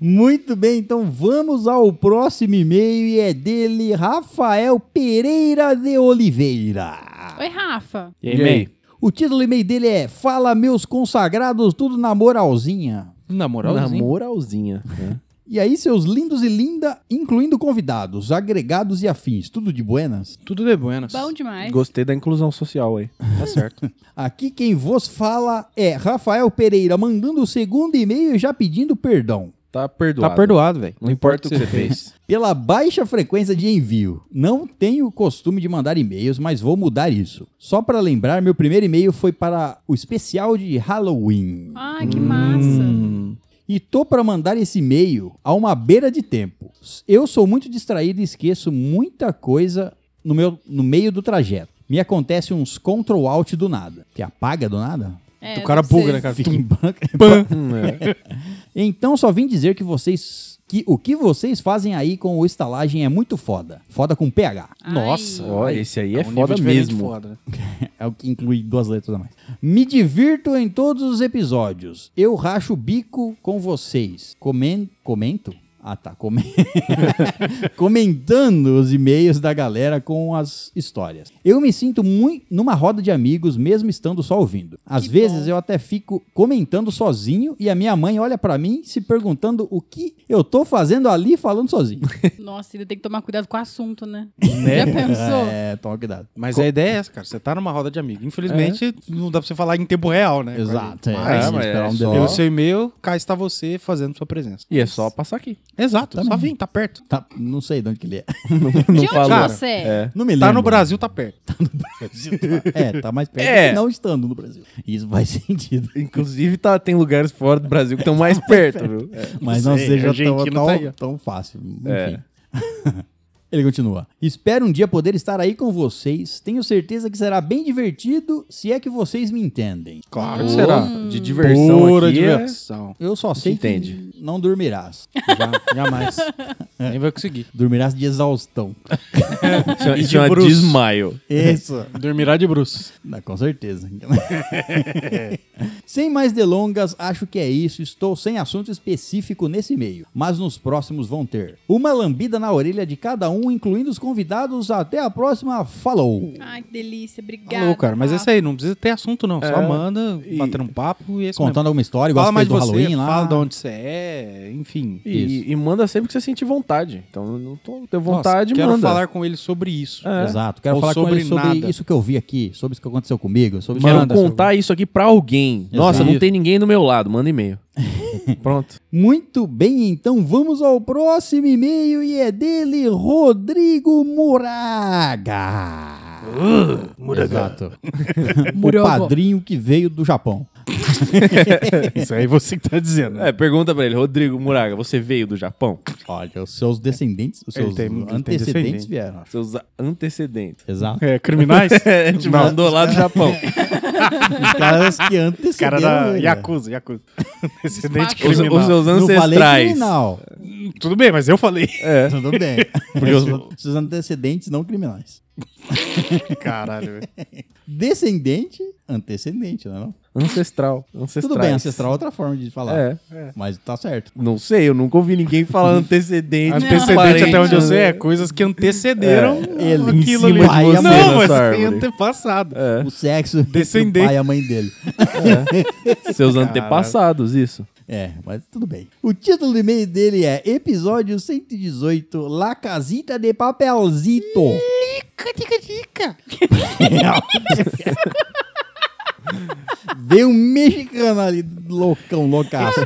Muito bem, então vamos ao próximo e-mail e é dele Rafael Pereira de Oliveira.
Oi, Rafa.
E
E aí?
aí,
O título do e-mail dele é Fala meus consagrados, tudo na moralzinha.
Na
May? Na
moralzinho.
moralzinha. né?
E aí, seus lindos e linda, incluindo convidados, agregados e afins, tudo de buenas?
Tudo de buenas.
Bom demais.
Gostei da inclusão social aí.
Tá certo.
Aqui quem vos fala é Rafael Pereira, mandando o segundo e-mail e já pedindo perdão
Tá perdoado.
Tá perdoado, velho.
Não importa o que você fez.
pela baixa frequência de envio. Não tenho o costume de mandar e-mails, mas vou mudar isso. Só para lembrar, meu primeiro e-mail foi para o especial de Halloween.
Ai, que massa.
Hum.
E tô pra mandar esse e-mail a uma beira de tempo. Eu sou muito distraído e esqueço muita coisa no, meu, no meio do trajeto. Me acontece uns Ctrl Alt do nada. Que apaga do nada?
É,
o cara
deve ser.
buga, né, cara?
Fica [LAUGHS] em banca.
Hum, é.
Então só vim dizer que vocês. Que o que vocês fazem aí com o estalagem é muito foda. Foda com PH.
Ai.
Nossa.
Ó, esse aí é
um nível
foda
diferente de
mesmo.
Foda,
[LAUGHS]
né?
É o que inclui duas letras a mais. Me divirto em todos os episódios. Eu racho o bico com vocês. Comen- [LAUGHS] comento? Ah, tá. Come- Comentando os e-mails da galera com as histórias. Eu me sinto muito numa roda de amigos, mesmo estando só ouvindo. Às
Que
vezes
bom.
eu até fico comentando sozinho e a minha mãe olha pra mim se perguntando o que eu tô fazendo ali falando sozinho.
Nossa, ele tem que tomar cuidado com o assunto, né?
Né?
[LAUGHS] Já pensou?
É, toma cuidado.
Mas a ideia é essa, cara. Você tá numa roda de amigo. Infelizmente, não dá pra você falar em tempo real, né?
Exato. É,
Mas,
tem que
mas
esperar
é
um
só-
delay.
pelo seu e-mail, cá está você fazendo sua presença.
E é só passar [LAUGHS] aqui.
Exato. Só
Exatamente.
vim, tá perto.
Tá, não sei de onde que ele é.
De onde
falou.
você é?
É.
Não me lembro.
Tá no Brasil, tá perto. [LAUGHS]
É, tá mais perto
É.
de não estando no Brasil. Isso faz [LAUGHS] sentido.
Inclusive, tá, tem lugares fora do Brasil [LAUGHS] que estão mais perto, viu? É.
Mas não
sei,
seja tão,
argentino
tão,
tá aí, ó.
tão fácil. Enfim.
É.
[LAUGHS] Ele continua. Espero um dia poder estar aí com vocês. Tenho certeza que será bem divertido se é que vocês me entendem.
Claro
Pô,
é que será.
De diversão
Pura
aqui é-
diversão.
Eu só sei
Entende.
que não dormirás.
Já- jamais. Nem vai conseguir.
[LAUGHS] Dormirás de
[LAUGHS]
exaustão.
[LAUGHS] Chama-
E de
Isso chama
bruxo.
desmaio.
Isso.
Dormirá de bruços.
Ah, Com certeza. sem mais delongas, acho que é isso. Estou sem assunto específico nesse meio, mas nos próximos vão ter. Uma lambida na orelha de cada um, incluindo os convidados. Até a próxima. Falou!
Ai, que delícia. Obrigada.
Alô, Tá cara. Mas
Rafa.
esse aí, não precisa ter assunto, não. Só
É.
manda,
E-
bater um papo e esse mesmo.
Contando alguma história, igual
Fala
você
mais
fez
de
do
você,
Halloween lá.
fala de onde você é, enfim.
Isso.
E, e manda sempre que você sentir vontade. Então, não tô, tenho
Nossa,
vontade,
quero
manda.
falar com ele sobre isso.
É.
Exato. Quero
Ou
falar com
sobre
ele sobre
nada.
isso que eu vi aqui, sobre isso que aconteceu comigo, sobre
Quero
Manda,
contar isso aqui pra alguém. Nossa,
Exato.
não tem ninguém do meu lado. Manda [LAUGHS] e-mail. Pronto.
Muito bem, então vamos ao próximo e-mail e é dele Rodrigo Muraga. Muraga. [LAUGHS] Exato. o
Muraga.
padrinho que veio do Japão.
[LAUGHS] Isso aí você que tá dizendo. né?
É, pergunta pra ele. Rodrigo Muraga, você veio do Japão?
Olha, os seus descendentes, os
Ele
seus
tem- ele tem
antecedentes
descendente.
vieram. acho.
Seus antecedentes.
[LAUGHS]
Exato.
É,
[LAUGHS]
criminais?
A gente mandou lá do [LAUGHS] Japão.
Os caras que
Os
antecederam
caras da
ele. né?
[LAUGHS]
Yakuza, Yakuza. Descendente
Despacho.
né? os,
criminal.
os seus
Não falei
ancestrais.
criminal. Tá
Tudo bem, mas
[LAUGHS]
eu falei.
É.
Tudo bem.
Porque
[LAUGHS]
os-
Seus- Seus antecedentes não criminais.
Caralho, velho.
Descendente, antecedente, não é não?
Ancestral. Ancestrais.
Tudo bem, ancestral é outra forma de falar.
É.
Mas tá certo.
Não sei, eu nunca ouvi ninguém
[LAUGHS]
falar antecedente.
Antecedente
parente,
até onde eu
né? É.
sei é coisas que antecederam
ele em
aquilo
cima de
ali.
você
Não,
nessa
mas tem
árvore.
antepassado.
É.
O sexo
Descendente.
do pai e a mãe dele.
é Seus antepassados, isso.
É, mas tudo bem. O título do e-mail dele é Episódio 118, La Casita de Papelzito. [LAUGHS] Lica, dica, dica. Veio um mexicano ali, loucão, loucaço.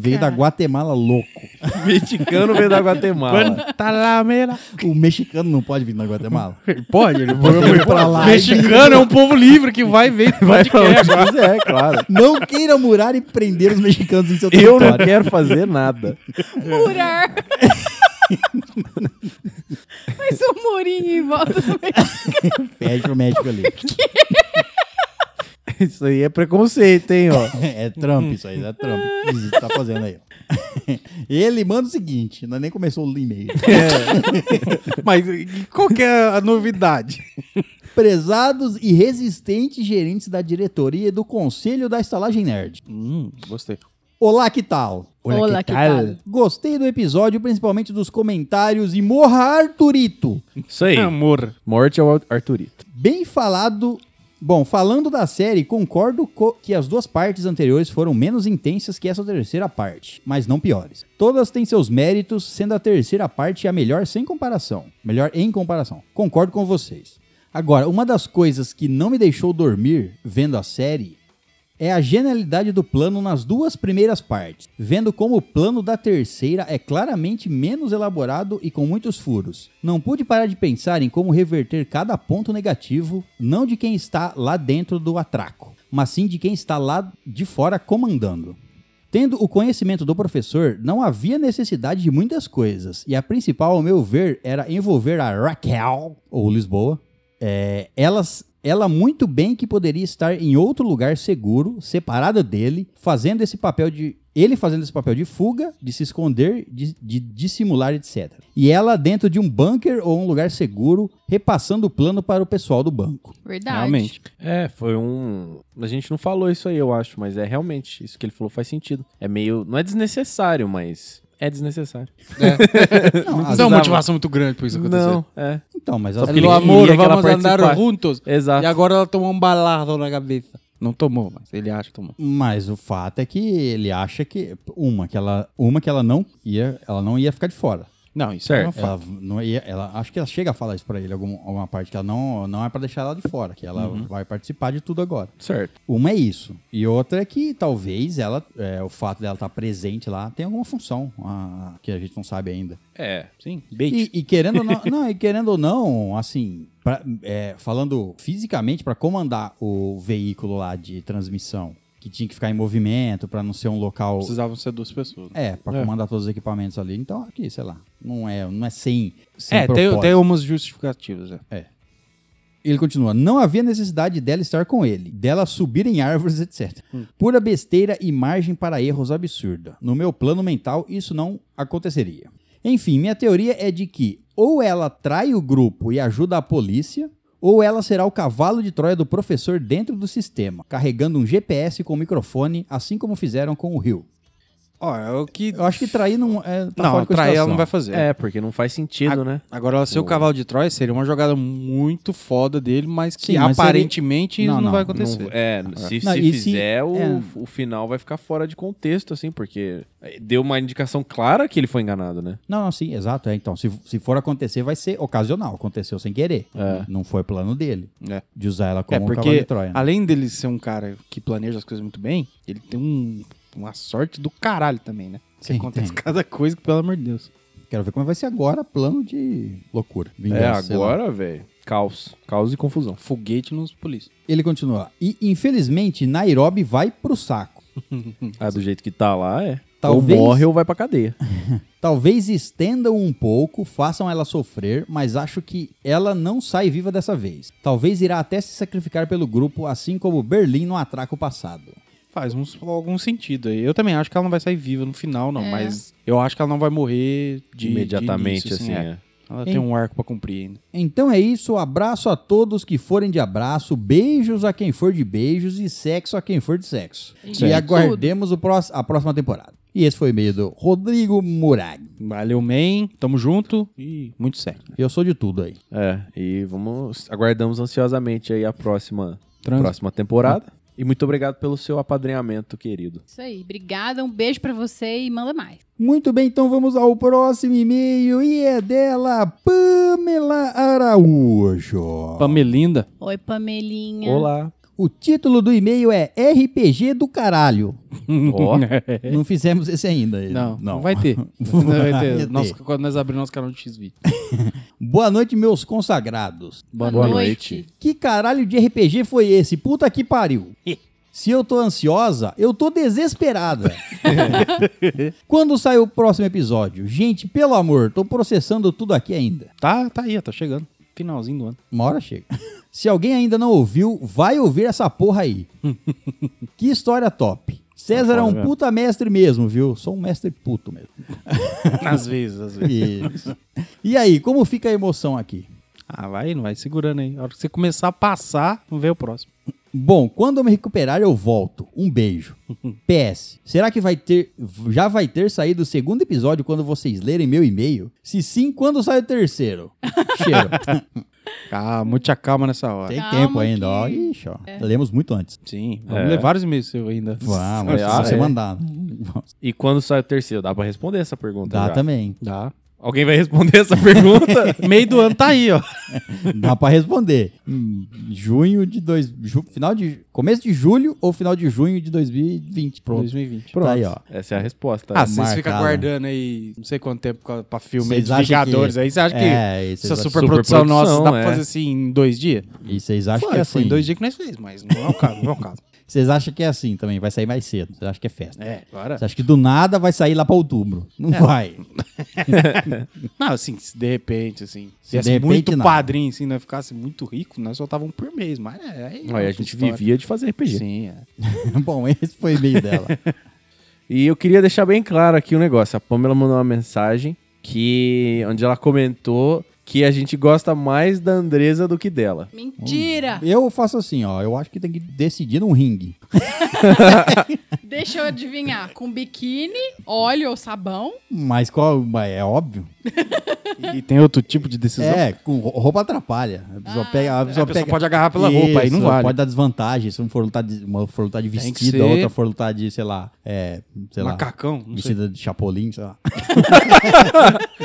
Veio da Guatemala louco.
[LAUGHS] Mexicano veio da Guatemala.
Guantanamera.
O mexicano não pode vir na Guatemala.
Pode,
[LAUGHS]
ele
Ele foi pra lá e-
Mexicano é um povo livre que vai ver.
Vai pra onde quiser, é, claro.
Não queira murar e prender os mexicanos em seu
Eu não
território.
quero fazer nada.
[LAUGHS] Murar. Mas o um murinho em volta do
Fecha o México ali.
Isso aí é preconceito, hein, ó.
[LAUGHS] É Trump isso aí, é Trump. Isso que tá fazendo aí. ó. [LAUGHS] Ele manda o seguinte, nós nem começou o e-mail. [LAUGHS]
Mas e qual que é a novidade?
Prezados e resistentes gerentes da diretoria e do conselho da estalagem nerd.
Hum, gostei.
Olá, que tal?
Olá, Olá, que que tal? tal?
Gostei do episódio, principalmente dos comentários e morra Arturito.
Isso aí.
Amor.
Morte ao Arturito.
Bem falado. Bom, falando da série, concordo co- que as duas partes anteriores foram menos intensas que essa terceira parte, mas não piores. Todas têm seus méritos, sendo a terceira parte a melhor sem comparação. Melhor em comparação. Concordo com vocês. Agora, uma das coisas que não me deixou dormir vendo a série é a genialidade do plano nas duas primeiras partes, vendo como o plano da terceira é claramente menos elaborado e com muitos furos. Não pude parar de pensar em como reverter cada ponto negativo, não de quem está lá dentro do atraco, mas sim de quem está lá de fora comandando. Tendo o conhecimento do professor, não havia necessidade de muitas coisas, e a principal, ao meu ver, era envolver a Raquel, ou Lisboa, é, elas, ela muito bem que poderia estar em outro lugar seguro, separada dele, fazendo esse papel de Ele fazendo esse papel de fuga, de se esconder, de, de dissimular, etc. E ela dentro de um bunker ou um lugar seguro, repassando o plano para o pessoal do banco.
Verdade.
Realmente. É, foi um. A gente não falou isso aí, eu acho, mas é realmente. Isso que ele falou faz sentido. É meio. Não é desnecessário, mas. É desnecessário.
Não, às-
Mas é uma
precisava.
motivação muito grande pra isso acontecer.
Não, é.
Então, mas
então, Só
às-
porque ele
Pelo amor,
queria que ela
vamos andar
participasse.
juntos.
Exato.
E agora ela tomou um balardo na cabeça. Não tomou, mas ele acha que tomou.
Mas o fato é que ele acha que uma que ela, uma que ela não ia, ela não ia ficar de fora.
Não, isso
Certo.
é uma fa-
Ela não ia, ela acho que ela chega a falar isso pra ele algum- alguma parte que ela não não é pra deixar ela de fora, que ela vai participar de tudo agora.
Certo.
Uma é isso. E outra é que talvez ela, é, o fato dela estar presente lá tem alguma função ah, que a gente não sabe ainda.
É.
Sim.
E, e querendo ou não, não, e querendo ou não, assim, pra- é, falando fisicamente para comandar o veículo lá de transmissão, que tinha que ficar em movimento para não ser um local
Precisavam ser duas pessoas.
é, para
É.
comandar todos os equipamentos ali. Então, aqui, sei lá, não é, não é sem, sem
É, tem,
propósito.
tem umas justificativas. É.
Ele continua: não havia necessidade dela estar com ele, dela subir em árvores, etc.
Hum.
Pura besteira e margem para erros absurda. No meu plano mental, isso não aconteceria. Enfim, minha teoria é de que ou ela trai o grupo e ajuda a polícia, ou ela será o cavalo de Troia do professor dentro do sistema, carregando um GPS com microfone, assim como fizeram com o Rio.
Ó, é o que.
Eu acho que trair não é. tá fora
não,
de
trair ela
cogitação.
não vai fazer.
É, porque não faz sentido, né?
Agora, ela ser o cavalo de Troia seria uma jogada muito foda dele, mas que
Sim, mas seria-
aparentemente
Não,
não,
não,
vai
não
acontecer.
Não- é, se,
Não,
se
e se-
fizer, o,
é.
o final vai ficar fora de contexto, assim, porque deu uma indicação clara que ele foi enganado, né?
Não, não, sim, exato. É, então, se, se for acontecer, vai ser ocasional. Aconteceu sem querer. Não foi plano dele.
É.
De usar ela como
É,
um cavalo de
porque
Troia. né?
além dele ser um cara que planeja as coisas muito bem, ele tem um- uma sorte do caralho também, né? Que
Sim,
acontece
tem.
[LAUGHS] cada coisa que, pelo amor de Deus.
Quero ver como é vai ser agora plano de loucura.
É,
vingança, sei lá.
agora, velho. Caos. Caos e confusão.
um Foguete nos polícias.
Ele continua. E infelizmente, Nairobi vai pro saco.
Ah, do jeito que tá lá, é.
Talvez-
Ou morre ou vai pra cadeia.
Talvez estendam um pouco, façam ela sofrer, mas acho que ela não sai viva dessa vez. Talvez irá até se sacrificar pelo grupo, assim como Berlim no atraco passado.
Faz uns- algum sentido aí. Eu também acho que ela não vai sair viva no final, não.
É.
Mas eu acho que ela não vai morrer de, de
Imediatamente,
início,
assim,
é.
é.
Ela tem um arco pra cumprir ainda.
Então é isso, abraço a todos que forem de abraço, beijos a quem for de beijos e sexo a quem for de sexo.
Isso
E
aí.
aguardemos o prós- a próxima temporada. E esse foi o e-mail do Rodrigo Murag.
Valeu, man. Tamo junto. E muito sério.
Eu sou de tudo aí.
É, e vamos. Aguardamos ansiosamente aí a próxima,
Trans-
próxima temporada. E muito obrigado pelo seu apadrinhamento, querido.
Isso aí. Obrigada, um beijo pra você e manda mais.
Muito bem, então vamos ao próximo e-mail e é dela, Pamela Araújo.
[LAUGHS] Pamelinda.
Oi, Pamelinha.
Olá.
O título do e-mail é RPG do caralho.
[LAUGHS] Ó.
Não fizemos esse ainda.
É? Não, não, vai [LAUGHS] ter. Não vai ter. Nossa, quando nós abrimos nosso canal de XV.
Boa noite, meus consagrados.
Boa,
Boa
noite.
noite.
Que caralho de RPG foi esse? Puta que pariu. Se eu tô ansiosa, eu tô desesperada. [LAUGHS] Quando sai o próximo episódio? Gente, pelo amor, tô processando tudo aqui ainda.
Tá, tá aí, ó, tá chegando. Finalzinho do ano.
Uma hora chega. [LAUGHS] Se alguém ainda não ouviu, vai ouvir essa porra aí. que história top. César é um puta mestre mesmo, viu? Sou um mestre puto mesmo.
[LAUGHS] Às vezes, às vezes.
Isso. e aí, como fica a emoção aqui?
Ah, vai, não vai segurando aí. A hora que você começar a passar, não vê o próximo.
Bom, quando eu me recuperar, eu volto. Um beijo.
[LAUGHS]
PS, será que vai ter. Já vai ter saído o segundo episódio quando vocês lerem meu e-mail? Se sim, quando sai o
[LAUGHS]
terceiro? Cheiro.
Ah, muita calma nessa hora.
Tem
Calma
tempo ainda, ó.
que- é.
Ixi, ó. Lemos muito antes.
Sim, vamos
É.
levar vários e-mails seu ainda.
Vamos, é só
Ah,
você
é.
mandar.
E quando sai o terceiro? Dá pra responder essa pergunta?
Dá
já.
também.
[LAUGHS] Dá.
Alguém vai responder essa [LAUGHS] pergunta?
Meio do ano tá aí, ó.
Dá pra responder. Hum, junho de dois. ju- final de. Começo de julho ou final de junho de 2020. Pronto.
2020.
Tá aí, ó.
Essa é a resposta.
Ah, vocês ficam
marcado.
aguardando aí não sei quanto tempo pra- pra filme aí
Vocês
de
acham
Vingadores
que-
aí. Você acha que
É, e vocês
essa
acham-
superprodução
superprodução,
nossa dá pra
é.
fazer assim em dois dias?
e vocês acham
Foi,
que é
foi em
assim.
dois dias que nós fez, mas não é o caso, não é o caso.
Vocês acham que é assim também, vai sair mais cedo. Vocês acham que [LAUGHS] é festa.
É, agora.
Você acha que do nada vai sair lá pra outubro? Não vai. [LAUGHS]
Não, assim, se de repente, assim,
Se
se tivesse
de repente,
muito
nada.
padrinho, assim, nós ficasse muito rico, nós soltava um por mês, mas é, é
Olha, a gente vivia de fazer RPG.
Sim, é.
Bom, esse foi o e-mail dela.
E eu queria deixar bem claro aqui o um negócio. A Pamela mandou uma mensagem que onde ela comentou que a gente gosta mais da Andresa do que dela.
Mentira!
Eu faço assim, ó. Eu acho que tem que decidir num ringue.
Deixa eu adivinhar. Com biquíni, óleo ou sabão?
Mas qual. mas É óbvio.
E tem outro tipo de decisão.
É, com ro- roupa atrapalha. A pessoa
Ah,
pega. A pessoa,
a pessoa
pega...
pode agarrar pela roupa, aí não
Isso,
vale.
Pode dar desvantagem. Se um for lutar de, uma for lutar de
Tem que
vestido, a
ser-
outra for lutar de, sei lá. É, sei lá.
Macacão, não sei.
Vestida de chapolim, sei lá.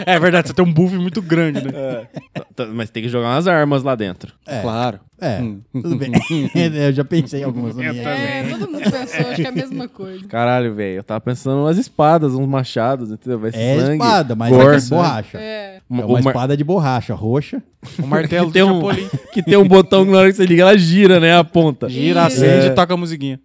É verdade, você tem um buff muito grande, né?
T- [LAUGHS] Mas tem que jogar umas armas lá dentro.
Claro.
É,
Hum.
tudo
[LAUGHS]
bem. [LAUGHS] eu já pensei em algumas. na
tá.
minha-
É, todo mundo pensou, acho que é a mesma coisa.
Caralho, velho. Eu tava pensando umas espadas, uns machados, entendeu? Vai
É
sangue,
espada, mas
gore.
é de
né?
borracha. É,
Uma-
uma
o mar-
espada de borracha, roxa.
[LAUGHS] O martelo
que tem
do
um,
[LAUGHS] Chapolin.
que tem um botão que na hora que você liga, ela gira, né? A ponta.
Gira, acende e toca a musiquinha.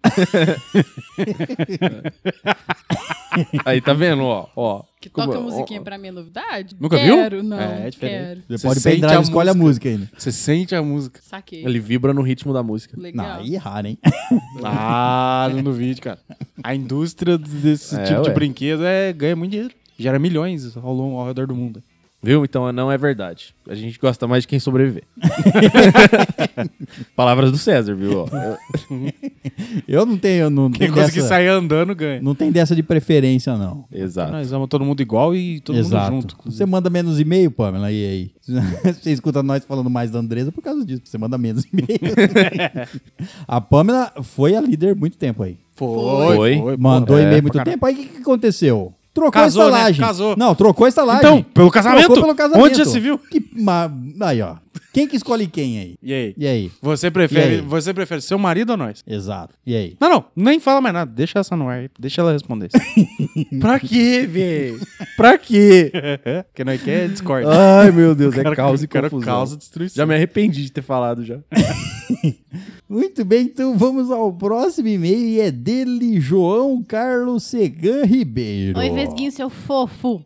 Aí tá vendo, ó. ó
Que
Como-
toca
ó,
musiquinha
ó.
pra mim é novidade?
Nunca viu?
quero, Não,
É, é diferente.
Quero.
Você
Você
pode
sente
pendrive,
a
escolhe a música ainda.
Você sente a música.
Saquei.
Ele vibra no ritmo da música.
Não,
Legal.
aí é raro, hein? [LAUGHS]
Ah, no vídeo, cara. A indústria desse
É,
tipo de
ué.
brinquedo é, ganha muito dinheiro. Gera milhões ao, longo- ao redor do mundo.
Viu? Então não é verdade. A gente gosta mais de quem sobreviver. Palavras do César, viu? ó.
Eu não tenho. eu Não,
Quem
tem
conseguir
dessa,
sair andando ganha.
não tem dessa de preferência, não.
Exato.
Nós amamos todo mundo igual e todo
Exato.
mundo junto.
Você manda menos e-mail, Pamela, e aí? [LAUGHS] Você escuta nós falando mais da Andresa por causa disso, porque você manda menos
[LAUGHS]
e-mail. a Pamela foi a líder muito tempo aí.
Foi,
Foi.
pô.
Mandou
é,
e-mail
pra
muito
caralho.
tempo. Aí o que, que aconteceu? Trocou
Casou,
a estalagem.
né? Casou.
Não, trocou a estalagem.
Então, pelo casamento.
Trocou pelo casamento.
Onde já se viu?
Que ma- Aí, ó. Quem que escolhe quem aí?
E aí?
E aí?
Você
E
prefere,
aí?
você prefere seu marido ou nós?
Exato. E aí?
Não, não, nem fala mais nada. Deixa essa no ar aí. Deixa ela
[LAUGHS]
responder.
Pra quê, velho? Pra quê?
[LAUGHS] Porque nós quer discórdia.
Ai, meu Deus, é
Cara,
causa e
cara,
confusão.
causa Ah, e destruição.
Já me arrependi de ter falado já.
Muito bem, então vamos ao próximo e-mail e é dele, João Carlos Segan Ribeiro.
Oi, Vesguinho, seu fofo.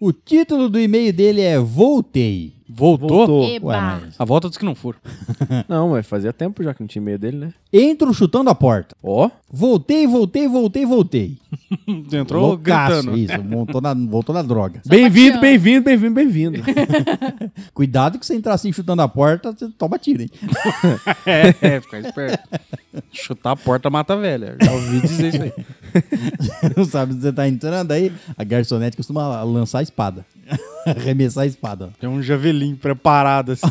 O título do e-mail dele é Voltei.
Voltou?
Eba.
Ué, mas-
A volta dos que não foram.
Não, mas fazia tempo já que não tinha e-mail dele, né?
Entro chutando a porta.
Ó,
Voltei, voltei, voltei, voltei.
Entrou
Loucaço,
gritando.
isso. Voltou na, voltou na droga.
bem-vindo,
passeando.
bem-vindo, bem-vindo, bem-vindo.
Cuidado que você entrar assim chutando a porta, você toma tiro, hein? [LAUGHS]
É, é, fica [LAUGHS] esperto. Chutar a porta mata a velha. Já ouvi dizer isso aí.
Não sabe se você tá entrando aí. A garçonete costuma lançar a espada. [LAUGHS] Arremessar a espada.
Tem um javelim preparado assim.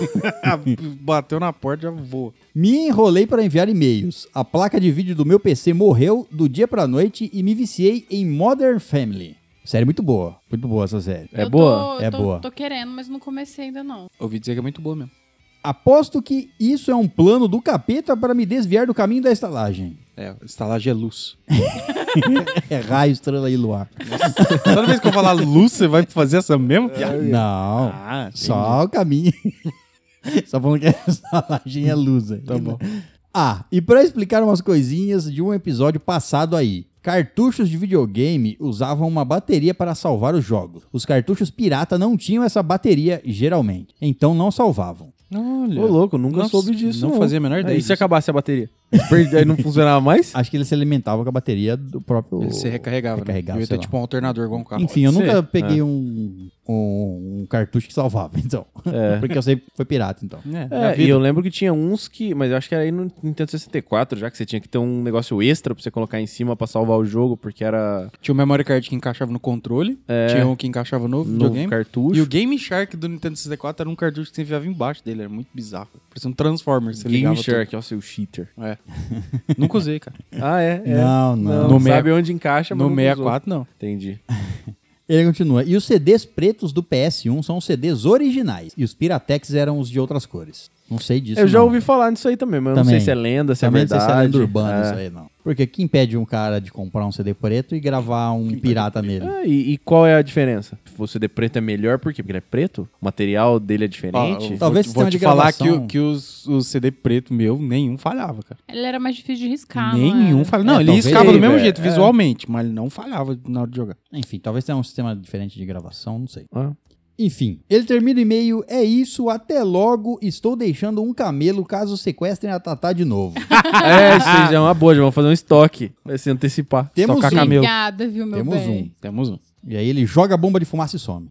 [LAUGHS] Bateu na porta, já voa.
Me enrolei para enviar e-mails. A placa de vídeo do meu PC morreu do dia pra noite e me viciei em Modern Family. Série muito boa. Muito boa essa série.
É
Eu
boa?
Tô,
É
tô,
boa.
Tô querendo, mas não comecei ainda, não.
Ouvi dizer que é muito boa mesmo.
Aposto que isso é um plano do capeta para me desviar do caminho da estalagem. [LAUGHS]
É, estalagem é luz.
É raio, estrela e luar.
Toda vez que eu falar luz, você vai fazer essa mesma?
Não.
Ah,
Só o caminho. [LAUGHS] Só falando que a estalagem é lusa. Tá bom. Ah, e pra explicar umas coisinhas de um episódio passado aí. Cartuchos de videogame usavam uma bateria para salvar os jogos. Os cartuchos pirata não tinham essa bateria, geralmente. Então não salvavam.
Olha.
Ô, louco, nunca
Não-
soube disso.
não fazia a menor ideia
E
disso.
se acabasse a bateria? [LAUGHS] Perde- Aí não funcionava
[LAUGHS]
mais?
Acho que ele se alimentava com a bateria do próprio.
Ele se recarregava.
Recarregava,
né? Devia
sei
ter
lá.
tipo um alternador igual um carro.
Enfim, eu
Pode
nunca
ser.
peguei um, um, um cartucho que salvava, [LAUGHS] então. Porque eu sempre fui pirata, então.
É, é a
É, e
vida.
eu lembro que tinha uns que. Mas eu acho que era aí no Nintendo 64, já que você tinha que ter um negócio extra pra você colocar em cima pra salvar o jogo, porque era
Tinha o memory card que encaixava no controle. Tinha um que encaixava no
É. novo
videogame.
cartucho.
E o Game Shark do Nintendo 64 era um cartucho que você enfiava embaixo dele, era muito bizarro. Parecia um Transformers. Você
Game
ligava
Shark, ó, seu
[LAUGHS]
cheater.
tudo. É. Nunca
[LAUGHS]
usei, cara.
Ah, é? é.
Não, não.
No
sabe onde encaixa, mas
No
nunca usou.
64, não.
Entendi.
Ele continua. E os CDs pretos do PS1 são os CDs originais. E os Piratex eram os de outras cores. Não sei disso.
eu já
não.
ouvi falar nisso aí também, mas eu não
Também.
sei se é lenda, se
Também
é
não sei
verdade.
se é lenda urbana
É.
isso aí, não. Porque que impede um cara de comprar um CD preto e gravar um pirata nele?
Ah, e, e qual é a diferença? Se o CD preto é melhor, por quê? Porque ele é preto? O material dele é
Ó,
diferente?
eu
Talvez sistema
vou, vou
de
te falar que,
gravação.
o- que os, os CD preto meu, nenhum falhava, cara.
Ele era mais difícil de riscar, não
nenhum
era?
falhava. Não,
É,
ele
talvez
riscava do
ele,
mesmo
velho,
jeito,
é.
visualmente, mas ele não falhava na hora de jogar.
Enfim, talvez tenha um sistema diferente de gravação, não sei.
Ah.
Enfim, ele termina o e-mail, é isso, até logo, estou deixando um camelo caso sequestrem a Tatá de
[LAUGHS]
novo.
É, isso aí já é uma boa, já vamos fazer um estoque. Vai se antecipar.
Temos
Estocar
um.
camelo.
Obrigada, viu, meu
Temos
bem?
um.
Temos
[LAUGHS]
um.
E aí ele joga a bomba de fumaça e some.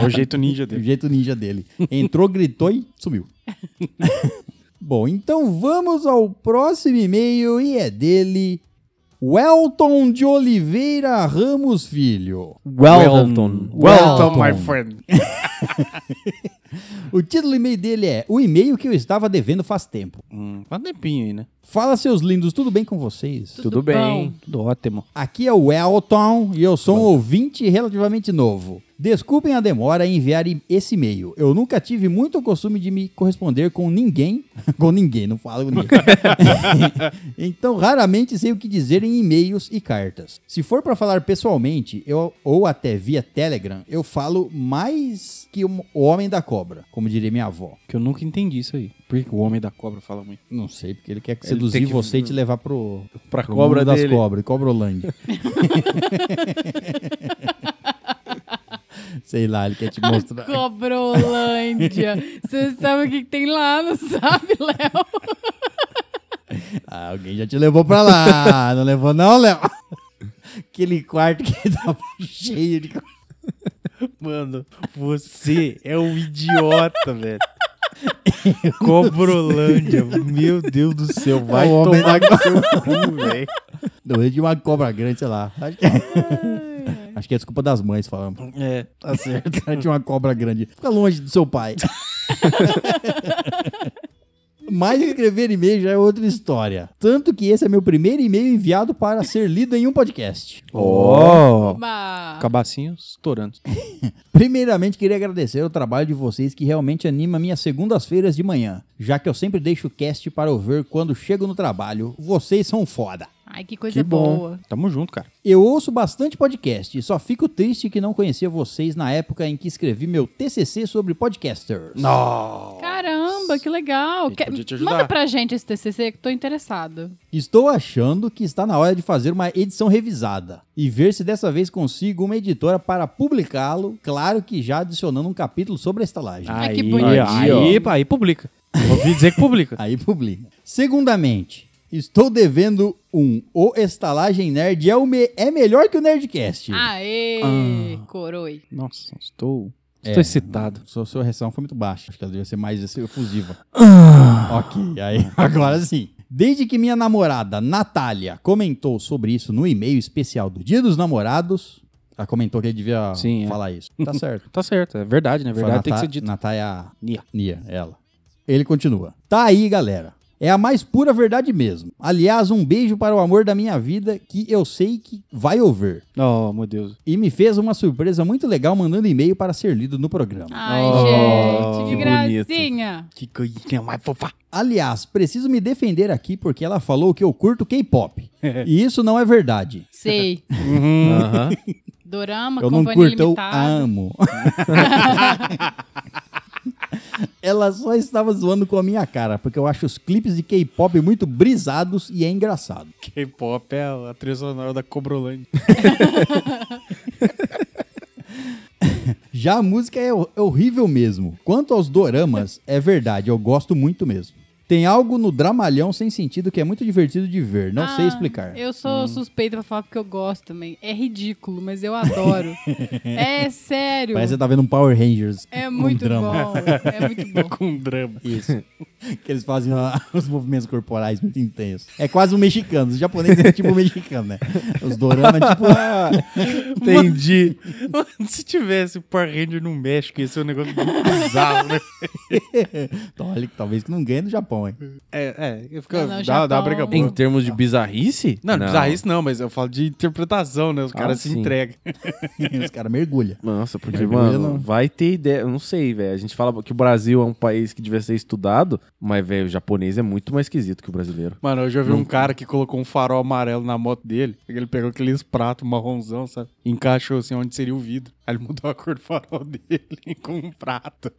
É o jeito ninja
Do
dele.
jeito ninja dele. Entrou, gritou e sumiu. [LAUGHS] Bom, então vamos ao próximo e-mail e é dele. Welton de Oliveira Ramos Filho.
Welton.
Welton.
Welcome, my friend.
O título do e-mail dele é O e-mail que eu estava devendo faz tempo.
Hum, faz um tempinho aí, né?
Fala, seus lindos, tudo bem com vocês?
Tudo bem.
Tudo ótimo.
Aqui é o Elton e eu sou um ouvinte relativamente novo. Desculpem a demora em enviar e- esse e-mail. Eu nunca tive muito costume de me corresponder com ninguém. [LAUGHS] com ninguém, não falo com ninguém. então, raramente sei o que dizer em e-mails e cartas. Se for para falar pessoalmente eu, ou até via Telegram, eu falo mais que um- o Homem da Cobra, como diria minha avó.
Que eu nunca entendi isso aí. Por que o homem da cobra fala muito?
Não sei, porque ele quer
tem
seduzir
que-
você e te levar pro,
Pra
pro
cobra
mundo das
dele.
cobras, cobrolândia.
[LAUGHS]
Sei lá, ele quer te
[LAUGHS]
mostrar.
Cobrolândia. Você sabe o que que tem lá, não [LAUGHS] sabe, Léo?
Ah, alguém já te levou pra lá. Não levou não, Léo? Aquele quarto que [LAUGHS] tava cheio de... co-
Mano, você é um idiota, [LAUGHS] velho. Cobrolândia, meu Deus do céu, vai [LAUGHS]
É o homem
tomar no
[LAUGHS]
seu cu, velho.
Não, de uma cobra grande, sei lá. Acho que, é, Acho que é desculpa das mães falando.
É, tá certo.
cara [LAUGHS] tinha uma cobra grande. Fica longe do seu pai. Mas escrever e-mail já é outra história. Tanto que esse é meu primeiro e-mail enviado para ser lido em um podcast.
Ó,
Mas...
cabacinho estourando.
Primeiramente, queria agradecer o trabalho de vocês que realmente anima minhas segundas-feiras de manhã, já que eu sempre deixo o cast para ouvir quando chego no trabalho. Vocês são foda.
Ai, que coisa
Que bom.
é boa.
Tamo junto, cara.
Eu ouço bastante podcast e só fico triste que não conhecia vocês na época em que escrevi meu TCC sobre podcasters.
Não.
Caramba, que legal.
Ele
Quer-
podia te ajudar.
Manda pra gente esse TCC que tô interessado.
Estou achando que está na hora de fazer uma edição revisada e ver se dessa vez consigo uma editora para publicá-lo, claro que já adicionando um capítulo sobre a estalagem.
Ah.
Ai, que
Aí,
bonitinho.
Aí, aí, aí publica. Ouvi dizer que publica.
Aí publica. Segundamente, estou devendo um O Estalagem Nerd é, o me- é melhor que o Nerdcast.
Ah, Aê,
Ah.
coroi.
Nossa, estou,
É.
estou excitado.
Sua, sua reação foi muito baixa. Acho que ela devia ser mais assim, efusiva.
Ah.
ok, aí [LAUGHS] agora sim. Desde que minha namorada, Natália, comentou sobre isso no e-mail especial do Dia dos Namorados. Ela comentou que ele devia
Sim, é.
falar isso. Tá
[LAUGHS]
certo.
Tá certo, é verdade, né?
Foi
Verdade
a
tem que
Natá-
ser dito.
Natália
Nia.
Nia, ela. Ele continua. Tá aí, galera. É a mais pura verdade mesmo. Aliás, um beijo para o amor da minha vida que eu sei que vai ouvir.
Oh, meu Deus.
E me fez uma surpresa muito legal mandando e-mail para ser lido no programa.
Ai,
Oh,
gente, que,
que bonito.
gracinha.
Que coisinha mais fofa.
Aliás, preciso me defender aqui porque ela falou que eu curto K-pop. e isso não é verdade.
Sei.
[LAUGHS]
Aham.
Dorama,
Uhum. eu não
companhia
curto, eu
imitada. [LAUGHS]
amo. ela só estava zoando com a minha cara, porque eu acho os clipes de K-pop muito brisados e é engraçado.
K-pop é a trilha sonora da Cobrolândia.
Já a música é, hor- é horrível mesmo. Quanto aos doramas, é verdade, eu gosto muito mesmo. Tem algo no dramalhão sem sentido que é muito divertido de ver, não sei
Ah,
explicar.
Eu sou suspeita pra falar porque eu gosto também. É ridículo, mas eu adoro. é sério.
Parece que você tá vendo um Power Rangers.
É
um
muito
drama.
bom. É muito bom.
[LAUGHS] Com drama.
Isso. [LAUGHS] que eles fazem ah, [LAUGHS] os movimentos corporais muito intensos. É quase um mexicano. Os japoneses é tipo um mexicano, né? Os doramas é tipo... [LAUGHS]
Entendi. [LAUGHS] Mano, se tivesse Power Ranger no México, ia ser um negócio muito bizarro, né?
Então, olha, que talvez que não ganhe no Japão, hein?
[LAUGHS]
[LAUGHS]
É, é. Eu fico,
Não, não,
dá, dá uma
Japão.
briga
[LAUGHS]
boa.
Em termos de bizarrice?
Não, não precisa isso não, mas eu falo de interpretação, né? Os
Ah,
caras se
sim.
entregam. [LAUGHS]
Os caras mergulham.
Nossa, porque,
Mergulha
mano,
não.
vai ter ideia. Eu não sei, velho. A gente fala que o Brasil é um país que devia ser estudado, mas, velho, o japonês é muito mais esquisito que o brasileiro.
Mano, hoje eu vi um cara que colocou um farol amarelo na moto dele. Ele pegou aqueles pratos marronzão, sabe? E encaixou assim onde seria o vidro. Aí ele mudou a cor do farol [LAUGHS] dele com um prato.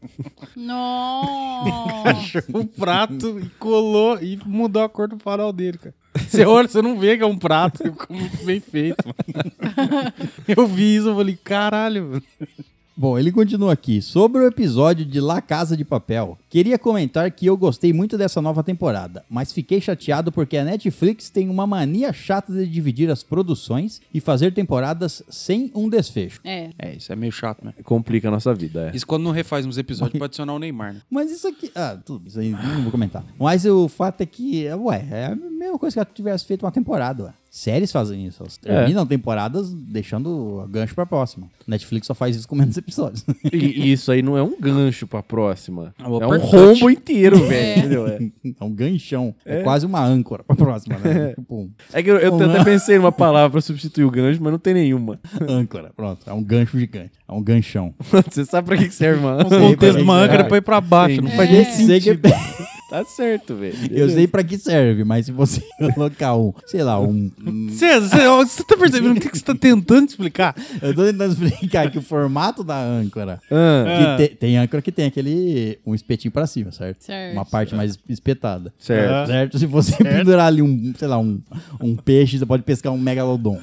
[LAUGHS]
Nossa.
Achou um prato e colou e mudou a cor do farol dele, cara. Você olha, você não vê que é um prato. [LAUGHS] Ficou muito bem feito, mano. Eu vi isso, eu falei, caralho, mano.
Bom, ele continua aqui. Sobre o episódio de La Casa de Papel, queria comentar que eu gostei muito dessa nova temporada, mas fiquei chateado porque a Netflix tem uma mania chata de dividir as produções e fazer temporadas sem um desfecho.
É.
É, isso é meio chato, né?
Complica a nossa vida, é.
Isso quando não refaz uns episódios pra adicionar o Neymar, né?
Mas isso aqui. Ah, tudo, isso aí não vou comentar. Mas o fato é que, ué, é a mesma coisa que ela tivesse feito uma temporada, ué. Séries fazem isso, elas terminam temporadas deixando gancho pra próxima. Netflix só faz isso com menos episódios. [LAUGHS]
E isso aí não é um gancho pra próxima. É,
É um
um
uppercut.
rombo inteiro, velho. Entendeu? É.
É um ganchão. É, quase uma âncora pra próxima, né? Tipo, um
É que eu, eu
Não.
até pensei numa palavra pra substituir o gancho, mas não tem nenhuma.
âncora, pronto. É um gancho gigante. É um ganchão.
Você sabe pra que que serve uma
[LAUGHS] O contexto de uma
cara.
âncora pra ir É. pra baixo, não
Não
faz
faz
nem
nem
sentido.
que...
Tá certo, velho.
Eu sei pra que serve, mas se você [LAUGHS] colocar um, sei lá, um... um-
Você, você, ó, você tá percebendo o que, que você tá tentando explicar?
Eu tô tentando explicar que o formato da âncora...
Ah,
Ah.
Que te- tem âncora que tem aquele... Um espetinho pra cima, certo?
Certo.
Uma parte mais espetada.
certo.
Ah.
Certo? Se você pendurar ali um, sei lá, um, um peixe, você pode pescar um megalodon.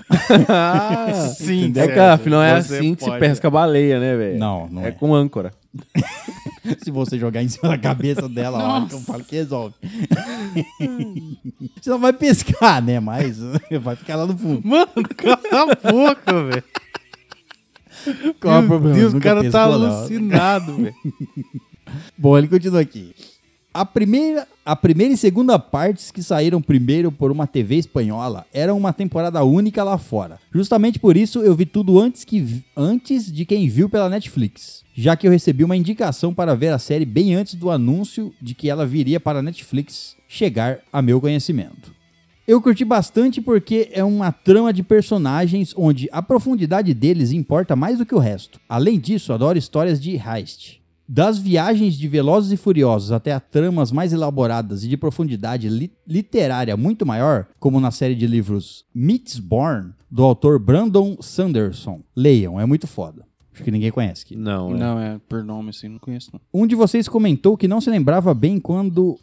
Ah, Sim,
É,
certo.
cara, afinal é
Você
assim que se
pode.
pesca a baleia, né, velho?
Não, não
é.
é.
com âncora.
Se você jogar em cima da cabeça dela, a hora que eu falo que resolve. você não vai pescar, né? Mas [LAUGHS] vai ficar lá no fundo.
Mano, [LAUGHS] cala a boca, velho.
Qual é o problema?
Deus, o
Nunca
cara tá
pescou, não.
alucinado, velho.
Bom, ele continua aqui. A primeira, a primeira e segunda partes que saíram primeiro por uma TV espanhola eram uma temporada única lá fora. Justamente por isso eu vi tudo antes, que, vi- antes de quem viu pela Netflix, já que eu recebi uma indicação para ver a série bem antes do anúncio de que ela viria para a Netflix chegar a meu conhecimento. Eu curti bastante porque é uma trama de personagens onde a profundidade deles importa mais do que o resto. Além disso, adoro histórias de heist. Das viagens de Velozes e Furiosos até a tramas mais elaboradas e de profundidade li- literária muito maior, como na série de livros Mistborn, do autor Brandon Sanderson. Leiam, é muito foda. Acho que ninguém conhece. aqui.
[LAUGHS] Não,
Não, é por nome assim, não conheço não.
Um de vocês comentou que não se lembrava bem quando,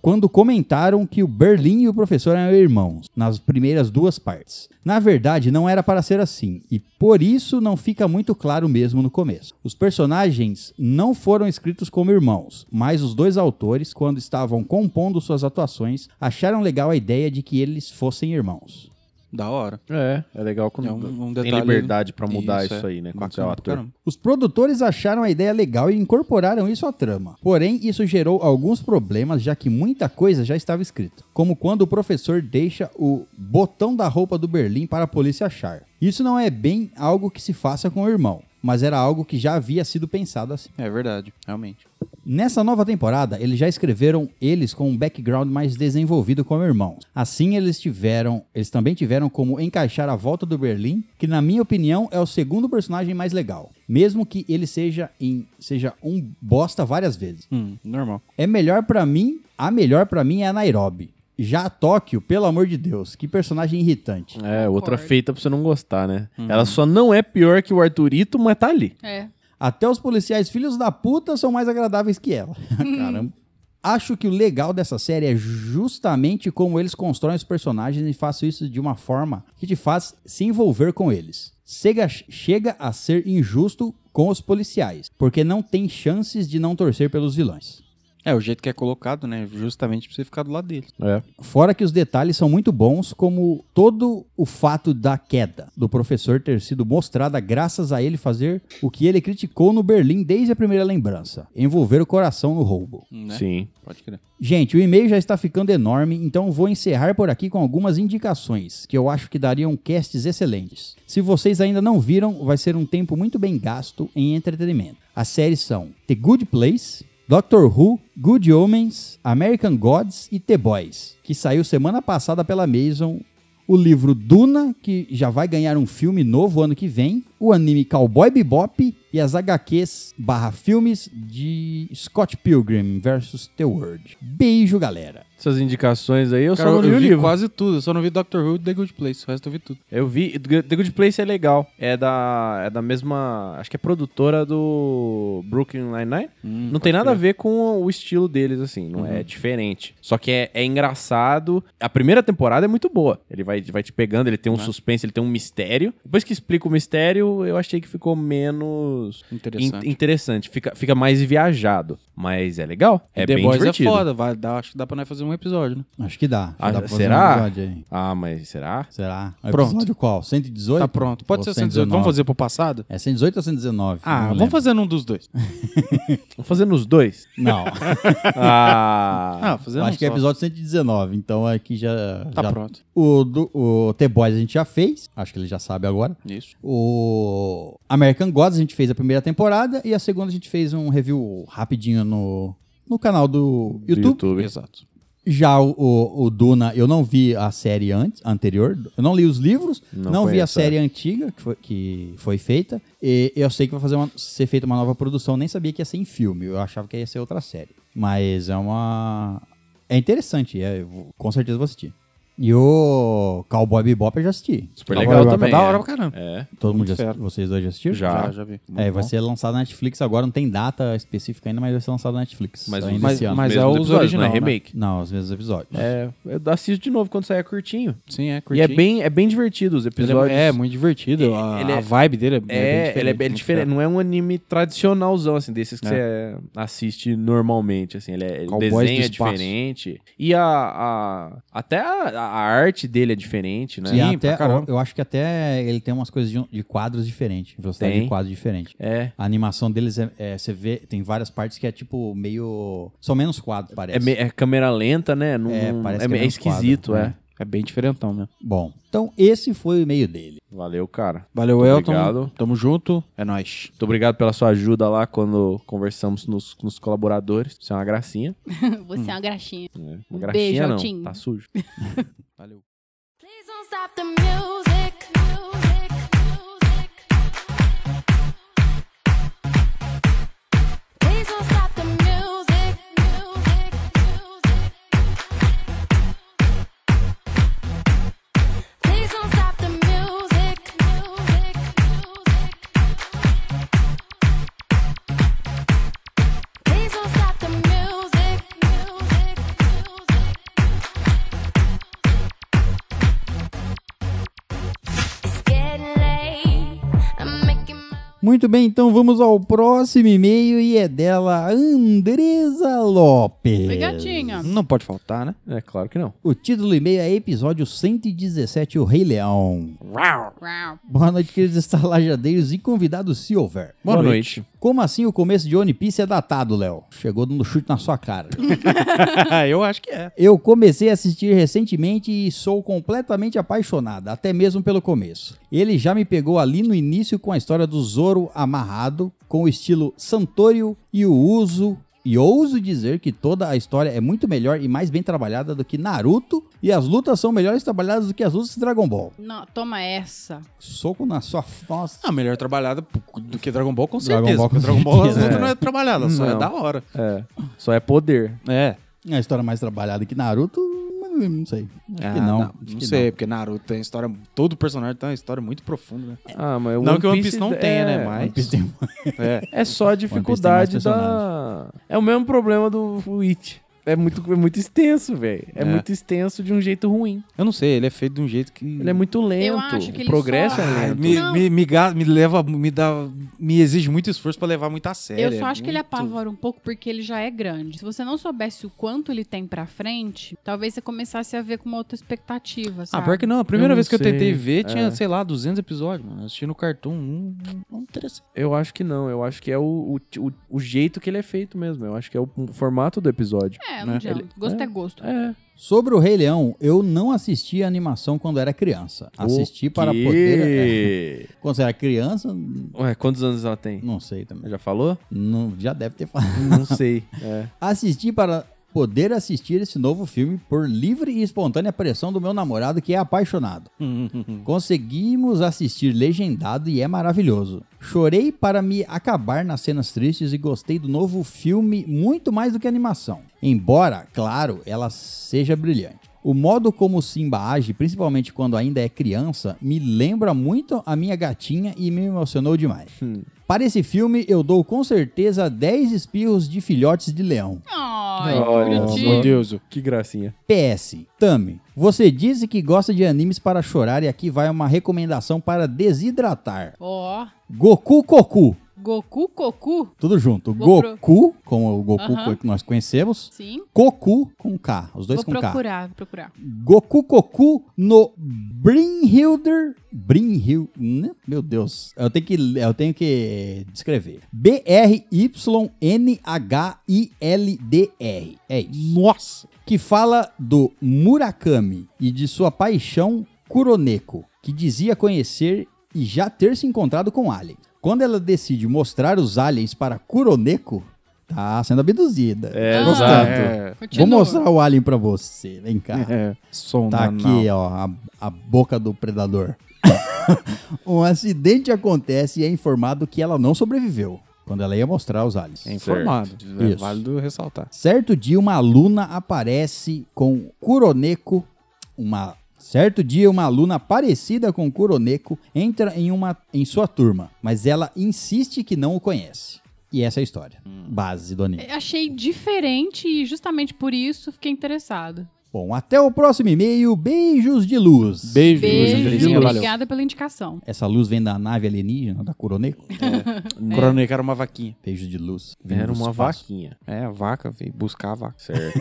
quando comentaram que o Berlim e o professor eram irmãos, nas primeiras duas partes. Na verdade, não era para ser assim, e por isso não fica muito claro mesmo no começo. Os personagens não foram escritos como irmãos, mas os dois autores, quando estavam compondo suas atuações, acharam legal a ideia de que eles fossem irmãos.
Da hora.
É, é legal quando
É um- um
tem
detalhe-
liberdade pra mudar isso,
Isso, é.
aí, né? Quando você é o
Bacana pra
ator.
caramba.
Os produtores acharam a ideia legal e incorporaram isso à trama. Porém, isso gerou alguns problemas, já que muita coisa já estava escrita. Como quando o professor deixa o botão da roupa do Berlim para a polícia achar. Isso não é bem algo que se faça com o irmão, mas era algo que já havia sido pensado assim.
É verdade, realmente.
Nessa nova temporada, eles já escreveram eles com um background mais desenvolvido como irmãos. Assim, eles tiveram, eles também tiveram como encaixar a volta do Berlim, que na minha opinião é o segundo personagem mais legal, mesmo que ele seja em seja um bosta várias vezes.
Hum, normal.
É melhor pra mim, a melhor pra mim é a Nairobi. Já a Tóquio, pelo amor de Deus, que personagem irritante.
É, outra
Concordo.
feita pra você não gostar, né?
Uhum.
Ela só não é pior que o Arthurito, mas tá ali.
É.
Até os policiais filhos da puta são mais agradáveis que ela. Caramba. Acho que o legal dessa série é justamente como eles constroem os personagens e façam isso de uma forma que te faz se envolver com eles. Chega, chega a ser injusto com os policiais, porque não tem chances de não torcer pelos vilões.
É, o jeito que é colocado, né? Justamente pra você ficar do lado dele.
É.
Fora que os detalhes são muito bons, como todo o fato da queda do professor ter sido mostrada graças a ele fazer o que ele criticou no Berlim desde a primeira lembrança, envolver o coração no roubo.
Né?
Sim.
Pode crer.
Gente, o e-mail já está ficando enorme, então vou encerrar por aqui com algumas indicações, que eu acho que dariam casts excelentes. Se vocês ainda não viram, vai ser um tempo muito bem gasto em entretenimento. As séries são The Good Place, Doctor Who, Good Omens, American Gods e The Boys, que saiu semana passada pela Mason. O livro Duna, que já vai ganhar um filme novo ano que vem. O anime Cowboy Bebop e as HQs barra filmes de Scott Pilgrim vs. The World. Beijo, galera.
Essas indicações aí, eu
Cara,
só não
eu,
li
eu
o
vi
livro.
quase tudo. Eu só não vi Doctor Who e The Good Place. O resto eu vi tudo.
Eu vi. The Good Place é legal. É da, é da mesma. Acho que é produtora do Brooklyn Nine-Nine.
Hum,
não tem nada a ver com o estilo deles, assim. Não
Uhum.
é diferente. Só que é, é engraçado. A
Né?
primeira temporada é muito boa. Ele vai, vai te pegando, ele tem um suspense, ele tem um mistério. Depois que explica o mistério, eu, eu achei que ficou menos in-
Interessante.
interessante. Fica, fica mais viajado. Mas é legal. É
The
bem
Boys
divertido.
é foda, vai dar, acho que dá pra nós fazer um episódio, né?
Acho que dá. Acho que
Ah,
dá pra fazer
será?
um episódio aí.
Ah, mas será?
Será? O
Pronto.
Episódio qual? 118?
Tá pronto. Pode
Ou
ser 118. Vamos fazer pro passado?
É 118 ou 119?
Ah,
Não
vamos
lembro.
fazer num
[LAUGHS]
dos dois.
Vamos fazer nos
[LAUGHS]
dois?
Não,
Ah,
Ah, fazer num
acho que é
só.
episódio 119, então aqui já...
Tá
já-
pronto.
O, do- o The-Boys a gente já fez, acho que ele já sabe agora.
Isso.
O American Gods a gente fez a primeira temporada e a segunda a gente fez um review rapidinho no, no canal do
do
YouTube.
Exato.
Já o, o- o Duna, eu não vi a série antes, anterior, eu não li os livros, não,
Não
vi a
conheço, é.
série antiga que foi, que foi feita, e eu sei que vai fazer uma- ser feita uma nova produção, nem sabia que ia ser em filme, eu achava que ia ser outra série. Mas é uma... é interessante, é, eu vou- com certeza vou assistir. E o Cowboy Bebop eu já assisti.
super
Agora
tá
legal
vai pra
também.
Da
é.
hora pra caramba.
É.
Todo mundo
Muito
já,
fera.
vocês dois já assistiram?
Já.
Já, já vi.
É,
Muito
vai
Uhum.
bom.
ser lançado na Netflix agora, não tem data específica ainda, mas vai ser lançado na Netflix.
Mas
ainda
os-
esse ano.
mas
mesmos
é os
episódios,
original,
não
né?
é remake.
Não, os mesmos episódios.
É, eu assisto de novo quando sair é curtinho.
Sim, é,
E é
curtinho.
bem, é bem divertido os
Ele
episódios.
É, é muito divertido. a,
Ele é-
a vibe dele é, bem
É, ele é bem
muito
diferente.
fera.
Não é um anime tradicionalzão, assim, desses que
É.
você é, assiste normalmente, assim. Ele é, ele
Cowboys do
desenho é
espaço.
diferente. E a... a- até a, a arte dele é diferente, né?
E
Sim,
até,
pra caramba.
eu acho que até ele tem umas coisas de, um- de quadros diferentes, velocidade
Tem.
de quadro diferente.
É.
A animação deles, é, é, você vê, tem várias partes que é tipo meio. Só menos quadro, parece.
É, me- é câmera lenta, né? Não,
É,
é, não,
parece
é,
que é
é
menos
esquisito,
quadro,
é.
né?
É bem diferentão mesmo.
Bom, então esse foi o e-mail dele.
é. Valeu, cara.
Valeu,
Muito
Elton.
obrigado.
Tamo junto. É nóis.
Muito obrigado pela sua ajuda lá quando conversamos nos, nos colaboradores. Isso é uma gracinha.
Você é uma graxinha.
né? Uma
Um
gracinha
beijo,
não,
Altinho.
tá sujo. [LAUGHS]
Valeu.
Please don't stop the music. music, music. Please don't stop the music. music, music. Please don't stop the music. music, music. Please don't stop the music. music, music. It's getting late. I'm making my
Muito bem, então vamos ao próximo e-mail e é dela Andresa Lopes.
Oi, gatinha.
Não pode faltar, né?
É claro que não.
O título do e-mail é Episódio 117, O Rei Leão.
Uau.
Boa noite, queridos estalajadeiros e convidados, se houver.
Boa, noite.
Como assim o começo de One Piece é datado, Léo? Chegou dando chute na sua cara.
[LAUGHS]
[LAUGHS]
eu acho que é.
Eu comecei a assistir recentemente e sou completamente apaixonada, até mesmo pelo começo. Ele já me pegou ali no início com a história do Zoro amarrado, com o estilo Santorio e o uso. E ouso dizer que toda a história é muito melhor e mais bem trabalhada do que Naruto, e as lutas são melhores trabalhadas do que as lutas de Dragon Ball.
Não, toma essa.
Soco na sua face.
Ah, melhor trabalhada do que Dragon Ball, com
Dragon
certeza.
Ball, com
porque Dragon Ball as
certeza.
lutas não é trabalhada, só é
Não.
da hora.
É. Só é poder.
É.
A história mais trabalhada que Naruto, não sei. Acho que
Ah,
não.
Não,
Acho
não
que
sei, porque Naruto tem história. Todo personagem tem uma história muito profunda, né?
Ah, mas o
Não que o One Piece não
é-
tenha, né?
One
Mas.
Piece tem
É.
É só a
Piece tem mais
dificuldade da. É o mesmo problema do It. É muito, é muito extenso, velho. É,
É.
muito extenso de um jeito ruim.
Eu não sei, ele é feito de um jeito que.
Ele é muito lento.
acho que
o
ele
progresso
só-
é
Ai,
lento.
me,
Não.
me, me, ga- me leva, me dá, me exige muito esforço pra levar muito a sério. é
Eu só acho que ele
muito-
apavora um pouco porque ele já é grande. Se você não soubesse o quanto ele tem pra frente, talvez você começasse a ver com uma outra expectativa,
Ah,
sabe?
pior que não. A primeira
Eu não
vez que eu
sei.
tentei ver tinha,
É.
sei lá, 200 episódios, mano. Assisti no Cartoon. Um, um, interessante.
Eu acho que não. Eu acho que é o, o, o- o jeito que ele é feito mesmo. Eu acho que é o, o formato do episódio.
É,
né?
não adianta. Gosto é, gosto.
É.
Sobre o Rei Leão, eu não assisti a animação quando era criança. Assisti para
quê?
poder. é, Quando você era criança, n-
Ué, quantos anos ela tem?
não sei também.
Já falou?
Não, já deve ter falado.
Não sei. [LAUGHS] É.
Assisti para poder assistir esse novo filme por livre e espontânea pressão do meu namorado, que é apaixonado. Conseguimos assistir legendado e é maravilhoso. Chorei para me acabar nas cenas tristes e gostei do novo filme muito mais do que a animação. Embora, claro, ela seja brilhante. O modo como o Simba age, principalmente quando ainda é criança, me lembra muito a minha gatinha e me emocionou demais. Para esse filme, eu dou com certeza 10 espirros de filhotes de leão.
Ai,
Olha,
que
amor
bonitinho.
de
Deus.
Que gracinha.
PS, Tami, você disse que gosta de animes para chorar e aqui vai uma recomendação para desidratar.
Ó,
Goku Koku,
Goku, Goku,
tudo junto.
Vou
Goku, como o Goku
Aham.
que nós conhecemos.
sim.
Koku com K, os dois
Vou
com K.
procurar, vou procurar.
Goku Koku no Brinhilder. Brinhil. né? Meu Deus. Eu tenho que, eu tenho que descrever. B-R-Y-N-H-I-L-D-R. É isso. Nossa! Que fala do Murakami e de sua paixão Kuroneko, que dizia conhecer e já ter se encontrado com Alien. Quando ela decide mostrar os aliens para Kuroneko, tá sendo abduzida.
É,
Ah.
exato.
É,
Continua.
Vou mostrar o alien pra você. Vem cá.
é. Som
Tá
anal.
aqui, ó, a, a boca do predador. [LAUGHS] um acidente acontece e é informado que ela não sobreviveu quando ela ia mostrar os aliens.
É informado. É
Isso.
válido ressaltar.
Certo dia, uma aluna aparece com Kuroneko. Uma... Certo dia, uma aluna parecida com Kuroneko entra em, uma... em sua turma, mas ela insiste que não o conhece. E essa é a história. Base do anime.
Eu É, Achei diferente e justamente por isso fiquei interessado.
Bom, até o próximo e-mail. Beijos de luz.
Beijo,
Beijo,
Andrezinha, valeu.
obrigada pela indicação.
Essa luz vem da nave alienígena, da Kuroneko.
Croneca era uma vaquinha.
Beijo de luz.
Era
Vindo do
uma
espaço.
vaquinha.
um É, a vaca, veio buscar a vaca.
Certo.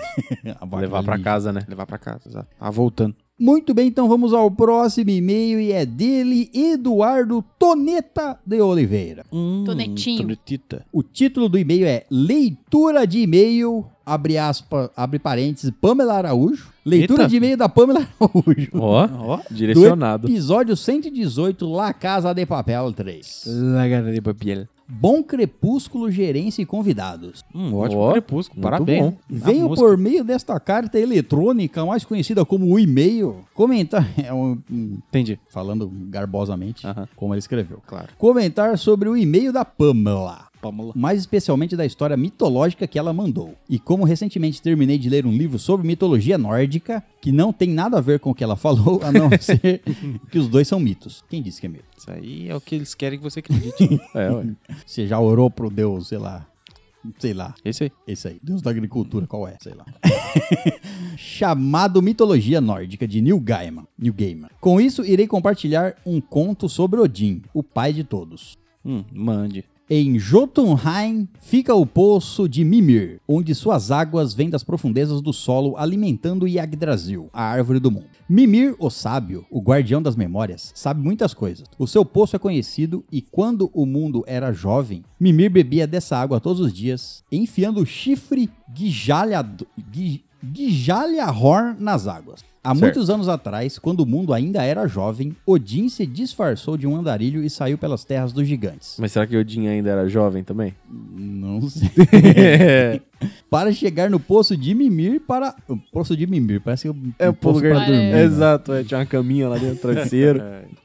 A vaca
Levar pra
alienígena.
casa, né?
[LAUGHS] Levar pra casa, exato. Ah, voltando.
Muito bem, então vamos ao próximo e-mail e é dele, Eduardo Toneta de Oliveira.
Tonetinho.
Hum, Tonetita.
O título do e-mail é Leitura de e-mail, abre aspas, abre parênteses, Pamela Araújo. Leitura
Eita.
de e-mail da Pamela
[LAUGHS]
Araújo.
Ó,
Ó.
direcionado.
Do episódio 118, La Casa de Papel 3.
Lagarde de Babiel.
Bom crepúsculo, gerência e convidados.
Hum, ótimo
Ó,
crepúsculo.
muito
Parabéns.
bom.
Na
Venho
música.
por meio desta carta eletrônica, mais conhecida como o e-mail, comentar. [LAUGHS] É um- um-
Entendi.
falando garbosamente,
Aham.
como ele escreveu.
Claro.
Comentar sobre o e-mail da Pamela.
Pamela.
Mais especialmente da história mitológica que ela mandou. E como recentemente terminei de ler um livro sobre mitologia nórdica, que não tem nada a ver com o que ela falou,
[LAUGHS]
a não ser que os dois são mitos. Quem disse que é mito?
Isso aí é o que eles querem que você acredite.
É, [LAUGHS] ué.
Você já orou pro Deus, sei lá. Sei lá.
[LAUGHS] Esse aí.
Esse aí, Deus da Agricultura, qual é? Sei lá. [LAUGHS] Chamado Mitologia Nórdica, de Neil Gaiman. Neil Gaiman. Com isso, irei compartilhar um conto sobre Odin, o pai de todos.
Hum, mande.
Em Jotunheim fica o poço de Mimir, onde suas águas vêm das profundezas do solo, alimentando Yggdrasil, a árvore do mundo. Mimir, o sábio, o guardião das memórias, sabe muitas coisas. O seu poço é conhecido e quando o mundo era jovem, Mimir bebia dessa água todos os dias, enfiando o chifre guijalhado- gui- guijalhorn nas águas. Há
Certo.
muitos anos atrás, quando o mundo ainda era jovem, Odin se disfarçou de um andarilho e saiu pelas terras dos gigantes.
Mas será que o Odin ainda era jovem também?
Não sei.
[LAUGHS]
[LAUGHS]
é.
Para chegar no poço de Mimir para. o Poço de Mimir, parece que eu-
é
um poço pra
dormir,
né?
Exato, é, tinha uma caminha lá dentro, [LAUGHS] travesseiro.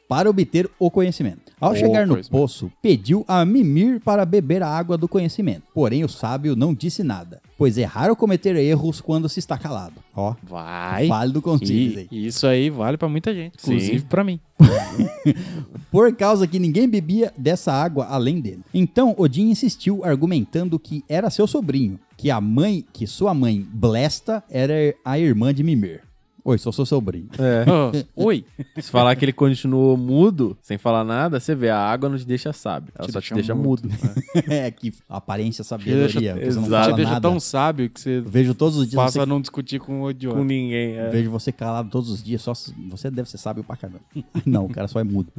Para obter o conhecimento. Ao
O
chegar no
conhecimento.
poço, pediu a Mimir para beber a água do conhecimento. Porém, o sábio não disse nada, pois é raro cometer erros quando se está calado. Ó,
Vai.
válido conselho aí.
E, e isso aí vale pra muita gente,
Sim.
inclusive pra mim. [LAUGHS]
por causa que ninguém bebia dessa água além dele. Então Odin insistiu, argumentando que era seu sobrinho, que a mãe, que sua mãe Blesta era a irmã de Mimir. Oi, sou seu sobrinho.
É.
Oh, oi.
Se falar que ele continuou mudo, sem falar nada, você vê, a água não te deixa sábio. Ela
Te
só te deixa
deixa
mudo.
[LAUGHS] é que aparência
Te deixa,
sabedoria, você não
exato.
fala
te deixa
nada.
tão sábio que você
Vejo todos os dias
passa
você,
a não discutir com o idiota.
Com ninguém, é.
vejo você calado todos os dias, só se- você deve ser sábio pra caramba. [LAUGHS] não, o cara só é mudo.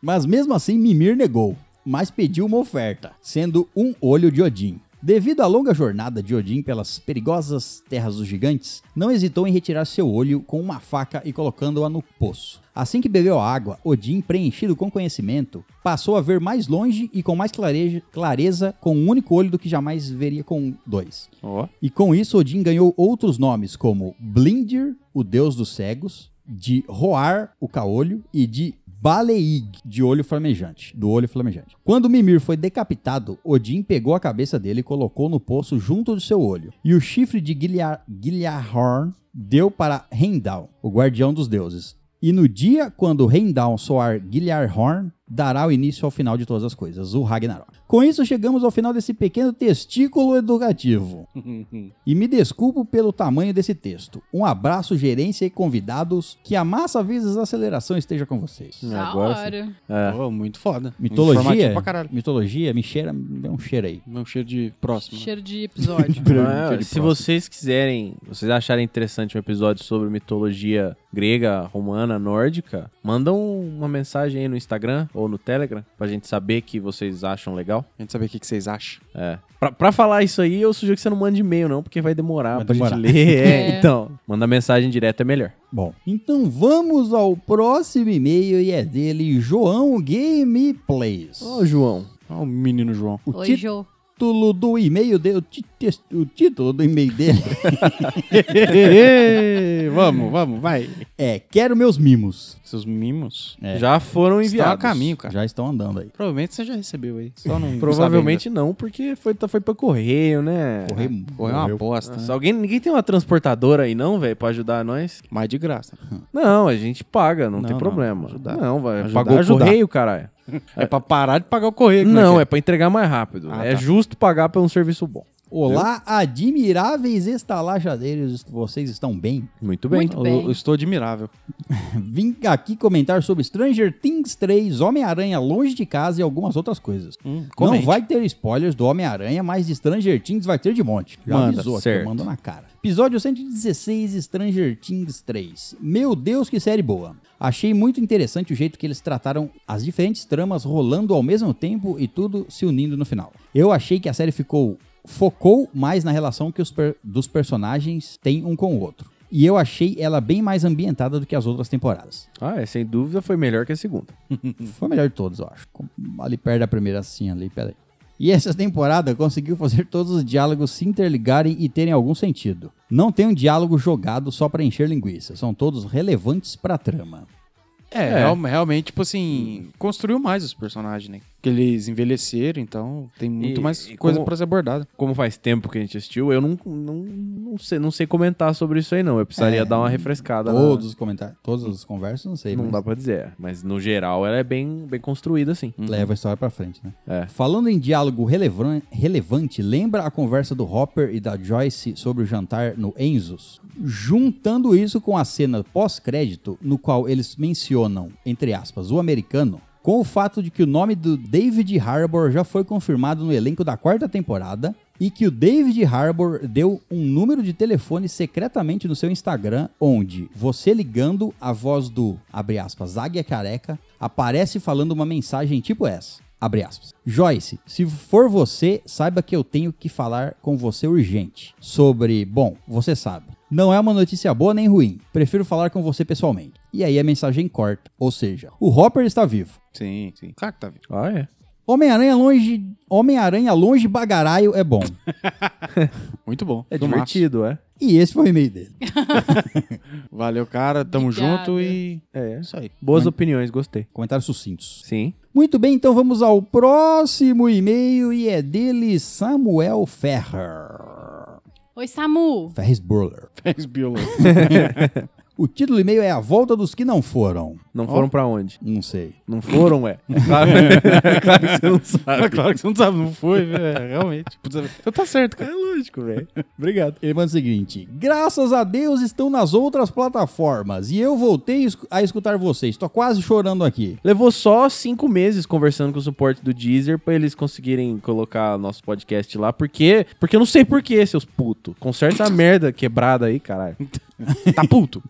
Mas mesmo assim, Mimir negou, mas pediu uma oferta, sendo um olho de Odin. Devido à longa jornada de Odin pelas perigosas terras dos gigantes, não hesitou em retirar seu olho com uma faca e colocando-a no poço. Assim que bebeu a água, Odin, preenchido com conhecimento, passou a ver mais longe e com mais clareja- clareza com um único olho do que jamais veria com dois.
Ó.
E com isso, Odin ganhou outros nomes como Blindir, o deus dos cegos, de Roar, o caolho, e de Baleig, de olho flamejante, do olho flamejante. Quando Mimir foi decapitado, Odin pegou a cabeça dele e colocou no poço junto do seu olho. E o chifre de Gilia- Giliahorn deu para Heimdall, o guardião dos deuses. E no dia quando Heimdall soar Giliarhorn, dará o início ao final de todas as coisas, o Ragnarok. Com isso, chegamos ao final desse pequeno testículo educativo. E me desculpo pelo tamanho desse texto. Um abraço, gerência e convidados. Que a massa vezes a aceleração esteja com vocês.
Da
Agora sim.
hora.
Pô, muito foda.
Mitologia?
Hum. Informativo pra caralho.
Mitologia? Me cheira, me dá um cheiro aí.
Não cheiro de próximo. né?
Cheiro
[LAUGHS]
de episódio.
Ah,
Aquele
se
próximo.
vocês quiserem, vocês acharem interessante um episódio sobre mitologia grega, romana, nórdica, mandam uma mensagem aí no Instagram ou no Telegram pra gente saber que vocês acham legal.
A gente saber o que que vocês acham.
É. Pra, pra falar isso aí, eu sugiro que você não mande e-mail, não, porque vai demorar
Vai
pra
demorar.
gente ler. É,
É.
Então, manda mensagem direta é melhor.
Bom, então vamos ao próximo e-mail e é dele João Gameplays.
Ô, João.
Olha o menino [LAUGHS] João.
o
Oi,
título
Jô.
título do e-mail dele. O, ti- tes- o título do e-mail
[LAUGHS]
dele
vamos, vamos, vai.
é Quero Meus Mimos.
Seus mimos
É.
Já foram
estão a
enviados.
tá caminho, cara.
Já estão andando aí.
Provavelmente você já recebeu aí. Só não
Provavelmente não, porque foi, tá, foi pra correio,
É.
né?
Correu,
Foi uma
correu.
aposta.
Nossa,
né?
alguém, ninguém tem uma transportadora aí não, velho, pra ajudar nós?
Mas de graça.
Não, a gente paga, não,
Não,
tem
não,
problema.
ajudar.
Não, vai.
Ajudar,
pagou
ajudar.
o correio, caralho.
É pra parar de pagar o correio. como
Não,
que
é pra entregar mais rápido.
Ah,
é
tá.
justo pagar por um serviço bom.
Olá, admiráveis estalajadeiros. Vocês estão bem?
Muito bem.
Muito bem.
Eu, eu estou admirável.
Vim aqui comentar sobre Stranger Things 3, Homem-Aranha Longe de Casa e algumas outras coisas.
comente.
Não vai ter spoilers do Homem-Aranha, mas de Stranger Things vai ter de monte. Já
Manda,
avisou aqui,
certo.
eu mando na cara. Episódio 116, Stranger Things 3. Meu Deus, que série boa. Achei muito interessante o jeito que eles trataram as diferentes tramas rolando ao mesmo tempo e tudo se unindo no final. Eu achei que a série ficou focou mais na relação que os per- dos personagens têm um com o outro. E eu achei ela bem mais ambientada do que as outras temporadas.
Ah, é, sem dúvida foi melhor que a segunda.
Foi a melhor de todos, eu acho. Com- Ali perto da primeira, assim, ali, peraí. E essa temporada conseguiu fazer todos os diálogos se interligarem e terem algum sentido. Não tem um diálogo jogado só pra encher linguiça, são todos relevantes pra trama.
É, real- realmente, tipo assim, construiu mais os personagens, né? Porque eles envelheceram, então tem muito
E-
mais
e
coisa
como-
pra ser abordada.
Como faz tempo que a gente assistiu, eu não, não, não, sei, não sei comentar sobre isso aí, não. Eu precisaria
É,
dar uma refrescada. na-
Todos os comentários, todas as conversas, não sei,
Não
mas
dá pra dizer. é. Mas no geral ela é bem, bem construída, assim.
leva a história pra frente, né?
É.
Falando em diálogo relevan- relevante, lembra a conversa do Hopper e da Joyce sobre o jantar no Enzo's? Juntando isso com a cena pós-crédito, no qual eles mencionam, entre aspas, o americano, com o fato de que o nome do David Harbour já foi confirmado no elenco da quarta temporada e que o David Harbour deu um número de telefone secretamente no seu Instagram, onde você ligando a voz do, abre aspas, Águia Careca, aparece falando uma mensagem tipo essa. Abre aspas. Joyce, se for você, saiba que eu tenho que falar com você urgente. Sobre, bom, você sabe. Não é uma notícia boa nem ruim. Prefiro falar com você pessoalmente. E aí a mensagem corta. Ou seja, o Hopper está vivo.
Sim, sim. Claro que tá vivo.
Ah, é.
Homem-Aranha longe. Homem-Aranha longe bagaraio é bom.
Muito bom.
É
Filmaço.
divertido, é.
E esse foi o e-mail dele.
Valeu, cara. Tamo
Obrigada.
junto e.
É.
É isso aí.
Boas opiniões, gostei.
Comentários sucintos.
Sim.
Muito bem, então vamos ao próximo e-mail e é dele Samuel Ferrer.
Oi, Samu.
Ferris Burler.
Fez biolo.
O título do e-mail é A Volta dos Que Não Foram.
Não foram pra onde?
Não sei.
Não foram, [LAUGHS] é. Sabe? claro que você não sabe.
claro que você não sabe, não foi, velho. Realmente. Putz, Então tá certo, cara.
É lógico, velho. Obrigado.
Ele manda o seguinte: Graças a Deus estão nas outras plataformas e eu voltei esc- a escutar vocês. Tô quase chorando aqui.
Levou só cinco meses conversando com o suporte do Deezer pra eles conseguirem colocar nosso podcast lá. Por quê? Porque eu não sei por quê, seus putos. Conserta [LAUGHS] essa merda quebrada aí, caralho.
Tá puto.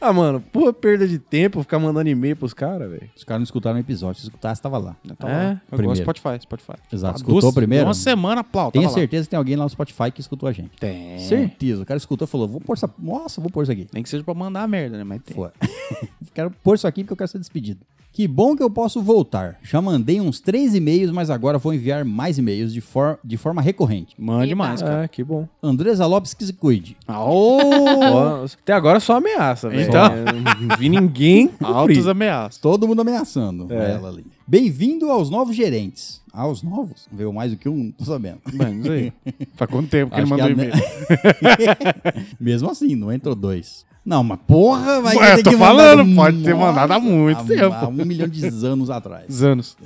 Ah, mano, pô, perda de tempo ficar mandando e-mail pros caras, velho.
Os caras não escutaram o episódio. Se escutasse, tava lá.
Tá
É?
lá. Agora
Primeiro.
Spotify, Spotify.
Exato.
Tá,
Escutou
duas-
primeiro?
Uma semana, plau.
Tenho
tava lá. É.
certeza que tem alguém lá no Spotify que escutou a gente.
Tem.
Certeza. O cara escutou e falou: vou pôr essa. Nossa, vou pôr isso aqui. [LAUGHS]
Nem que seja pra mandar merda, né? Mas tem.
Foi. quero pôr isso aqui porque eu quero ser despedido. Que bom que eu posso voltar. Já mandei uns três e-mails, mas agora vou enviar mais e-mails de, for- de forma recorrente.
Mande
Eita.
mais, cara.
Ah, que bom.
Andresa Lopes que se cuide.
[LAUGHS] Ó, Até agora é só ameaça, velho. É,
Então.
Eu Não vi [LAUGHS] ninguém.
Altas
cumprir.
ameaças.
Todo mundo ameaçando
É.
ela ali. Bem-vindo aos novos gerentes. Aos novos? Veio mais do que um, não tô sabendo.
Mano, isso aí. Faz quanto tempo que
Acho
ele mandou
que a
e-mail?
[LAUGHS] Mesmo assim, não entrou dois. Não, mas porra, vai
[LAUGHS] Ué,
ter
tô
que
falando,
mandar-
pode ter mandado há muito
há-
tempo.
Há um milhão de
[LAUGHS]
anos atrás.
Anos.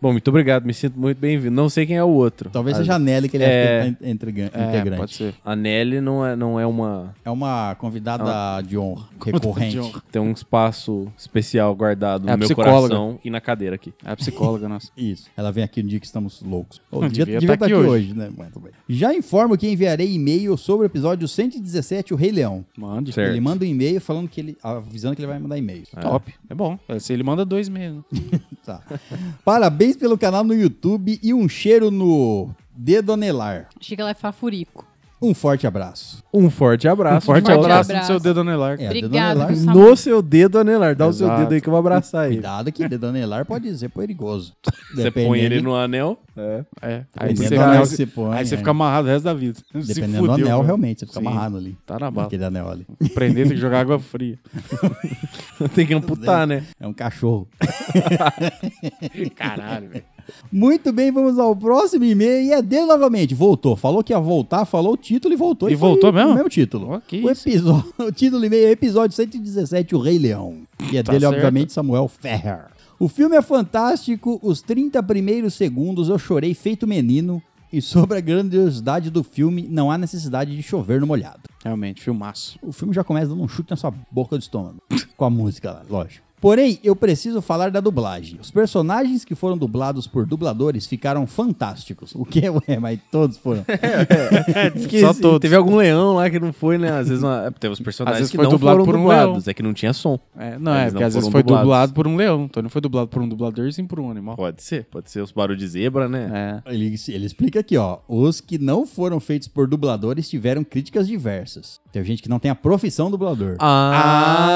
Bom, muito obrigado. Me sinto muito bem-vindo. Não sei quem é o outro.
Talvez
a,
seja a Nelly que ele
É.
é, integrante.
É, pode ser.
A Nelly não é, não é uma.
É uma convidada de
[LAUGHS]
honra recorrente.
de honra.
Tem um espaço especial guardado
É a
no meu
psicóloga.
coração e na cadeira aqui.
É a psicóloga nossa.
Isso. Ela vem aqui no dia que estamos loucos. Ou
Não,
devia
devia
devia
tá
tá
aqui
aqui hoje, né? Mas tudo bem. Já informo que enviarei e-mail sobre o episódio 117, o Rei Leão.
Mande.
Certo.
Ele manda um e-mail falando que ele. avisando que ele vai mandar e-mail.
Top. É bom. Se ele manda dois né? mesmo.
Tá. Parabéns pelo canal no YouTube e um cheiro no dedo anelar.
Achei que ela é fafurico.
Um forte abraço.
Um forte abraço.
Forte,
forte
abraço, no
abraço.
seu dedo anelar.
É, dedo
Obrigada,
anelar.
viu, Samu?
No seu dedo anelar. Dá o seu
Exato.
dedo aí que eu vou abraçar ele.
Cuidado que dedo anelar pode ser perigoso.
[LAUGHS]
Você põe ele no anel. É.
É. Aí,
Dependendo
você,
do anel
aí,
que você põe,
aí você
é.
fica amarrado o resto da vida. Se
Dependendo do
fudeu,
anel,
cara.
realmente, você fica
Sim.
amarrado ali.
Tá na bala.
Aquele anel ali.
Prender, tem que jogar água fria.
[LAUGHS] Tem que amputar, [LAUGHS] né?
É um cachorro.
Caralho, velho.
Muito bem, vamos ao próximo e-mail. E é dele novamente. Voltou. Falou que ia voltar, falou o título e voltou.
E
foi
voltou mesmo?
O mesmo título.
Ó, que
o, episódio, [LAUGHS] o título do e-mail é episódio 117, O Rei Leão. E é
Tá
dele,
certo.
obviamente, Samuel Ferrer. O filme é fantástico. Os 30 primeiros segundos eu chorei feito menino. E sobre a grandiosidade do filme, não há necessidade de chover no molhado.
Realmente, filmaço.
O filme já começa dando um chute na sua boca do estômago. [LAUGHS] com a música lá, lógico. Porém, eu preciso falar da dublagem. Os personagens que foram dublados por dubladores ficaram fantásticos. O que? é, [LAUGHS] Ué, mas todos foram.
Só
Só todos.
Teve algum leão lá que não foi, né? Às vezes [LAUGHS] uma- teve os
Às
personagens
vezes
que
foi
não
dublado
foram
por um
dublados. é que não tinha som.
É, não, é,
Eles
porque
não
às vezes
foram
foi
dublados.
dublado por um leão. Então não foi dublado por um dublador, e sim por um animal.
Pode ser. Pode ser os barulhos de zebra, né?
É.
Ele, ele explica aqui, ó. Os que não foram feitos por dubladores tiveram críticas diversas. Tem gente que não tem a profissão dublador.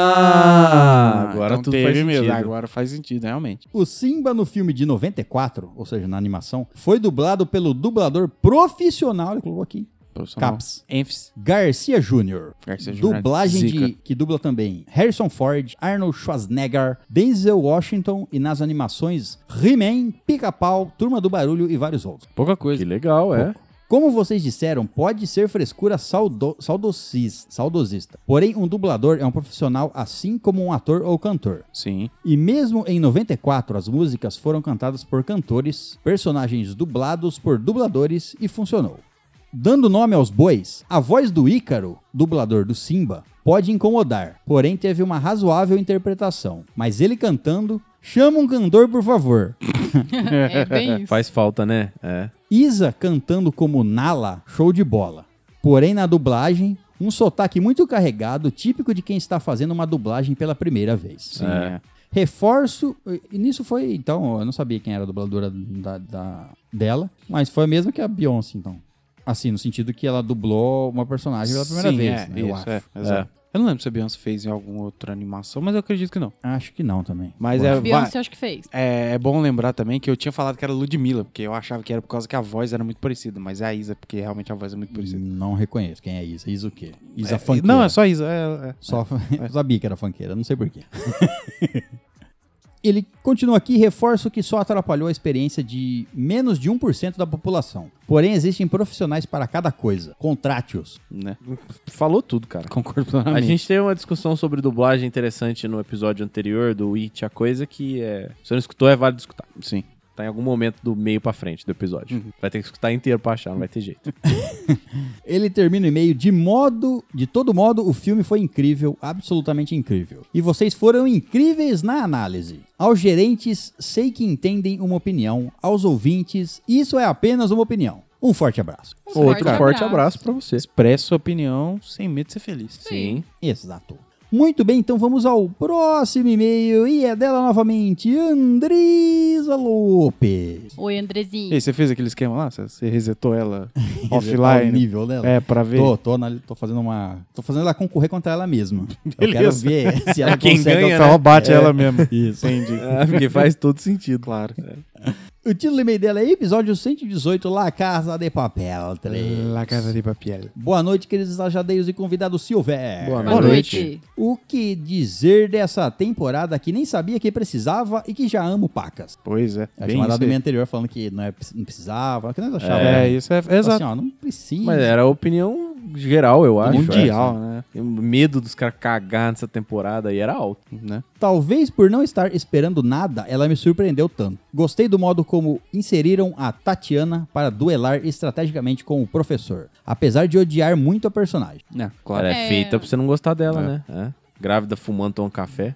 Ah! agora
então
tudo
teve
faz
mesmo.
sentido.
Agora faz sentido, realmente.
O Simba no filme de 94, ou seja, na animação, foi dublado pelo dublador profissional, ele colocou aqui,
Profissional.
Caps.
Ênfase.
Garcia Jr.
Garcia Jr.
Dublagem
Zica.
de, que dubla também Harrison Ford, Arnold Schwarzenegger, Denzel Washington e nas animações He-Man, Pica-Pau, Turma do Barulho e vários outros.
Pouca coisa.
Que legal, é.
Como vocês disseram, pode ser frescura saudo, saudosis- saudosista. Porém, um dublador é um profissional assim como um ator ou cantor.
Sim.
E mesmo em 94, as músicas foram cantadas por cantores, personagens dublados por dubladores e funcionou. Dando nome aos bois, a voz do Ícaro, dublador do Simba, pode incomodar, porém teve uma razoável interpretação. Mas ele cantando, chama um cantor por favor.
É
[LAUGHS]
bem isso.
Faz falta, né? É.
Isa cantando como Nala, show de bola. Porém, na dublagem, um sotaque muito carregado, típico de quem está fazendo uma dublagem pela primeira vez.
Sim. É.
Reforço. E nisso foi, então, eu não sabia quem era a dubladora da, da- dela, mas foi a mesma que a Beyoncé, então. Assim, no sentido que ela dublou uma personagem pela primeira
Sim,
vez,
é,
né, eu
isso,
acho.
é, exato. Eu não lembro se a Beyoncé fez em alguma outra animação, mas eu acredito que não.
Acho que não também.
Mas
Pô,
é, vai-
Beyoncé, acho que fez.
é, é bom lembrar também que eu tinha falado que era Ludmilla, porque eu achava que era por causa que a voz era muito parecida, mas é a Isa, porque realmente a voz é muito parecida.
Não reconheço quem é Isa. Isa o quê? Isa
É,
funkeira.
não, é só Isa. é, é.
Só [LAUGHS] eu sabia que era funkeira, não sei porquê. [LAUGHS] Ele continua aqui, reforço que só atrapalhou a experiência de menos de 1% da população. Porém, existem profissionais para cada coisa. Contrate-os.
Né?
Falou tudo, cara.
Concordo
A
plenamente.
gente teve uma discussão sobre dublagem interessante no episódio anterior do It, a coisa que é. Se você não escutou, é válido escutar.
Sim.
Tá em algum momento do meio pra frente do episódio. Vai ter que escutar inteiro pra achar, não vai ter jeito.
Ele termina o e-mail de modo, de todo modo, o filme foi incrível, absolutamente incrível. E vocês foram incríveis na análise. Aos gerentes, sei que entendem uma opinião. Aos ouvintes, isso é apenas uma opinião. Um forte abraço.
Um
Outro forte abraço pra você.
Expressa sua opinião sem medo de ser feliz.
Sim.
Exato. Muito bem, então vamos ao próximo e-mail e é dela novamente, Andrisa Lopes.
Oi,
E
Andrezinho.
aí, você fez aquele esquema lá? Você- Você
[LAUGHS]
resetou ela
Tá o
offline?
nível dela.
É, pra ver.
Tô, tô, anali- tô fazendo uma. Tô fazendo ela concorrer contra ela mesma. Eu quero
Beleza.
ver
[LAUGHS]
se ela
Quem
consegue. alcançar-
ganha,
É.
Então ela bate ela
[LAUGHS]
mesmo.
Isso. É.
Entendi.
Ah, [LAUGHS] porque faz todo sentido. É. Claro.
O título do e-mail dela é Episódio 118 La Casa de Papel 3.
Casa de Papel.
Boa noite, queridos ajadeiros e convidados Silver.
Boa
Boa noite.
O que dizer dessa temporada que nem sabia que precisava e que já amo pacas?
Pois é.
A
bem
chamada
isso
do
aí.
meio anterior falando que não, é, não precisava, que nós achávamos.
É,
né?
isso é, é
Fala
exato. é.
Assim, ó, não precisa.
Mas era a opinião geral, eu acho.
é
Mundial,
essa.
né?
O medo dos caras cagar nessa temporada aí era alto.
né?
Talvez por não estar esperando nada, ela me surpreendeu tanto. Gostei do modo como inseriram a Tatiana para duelar estrategicamente com o professor, apesar de odiar muito a personagem.
É, claro.
Ela é,
É.
feita pra você não gostar dela, né? É. Grávida fumando, tomando café.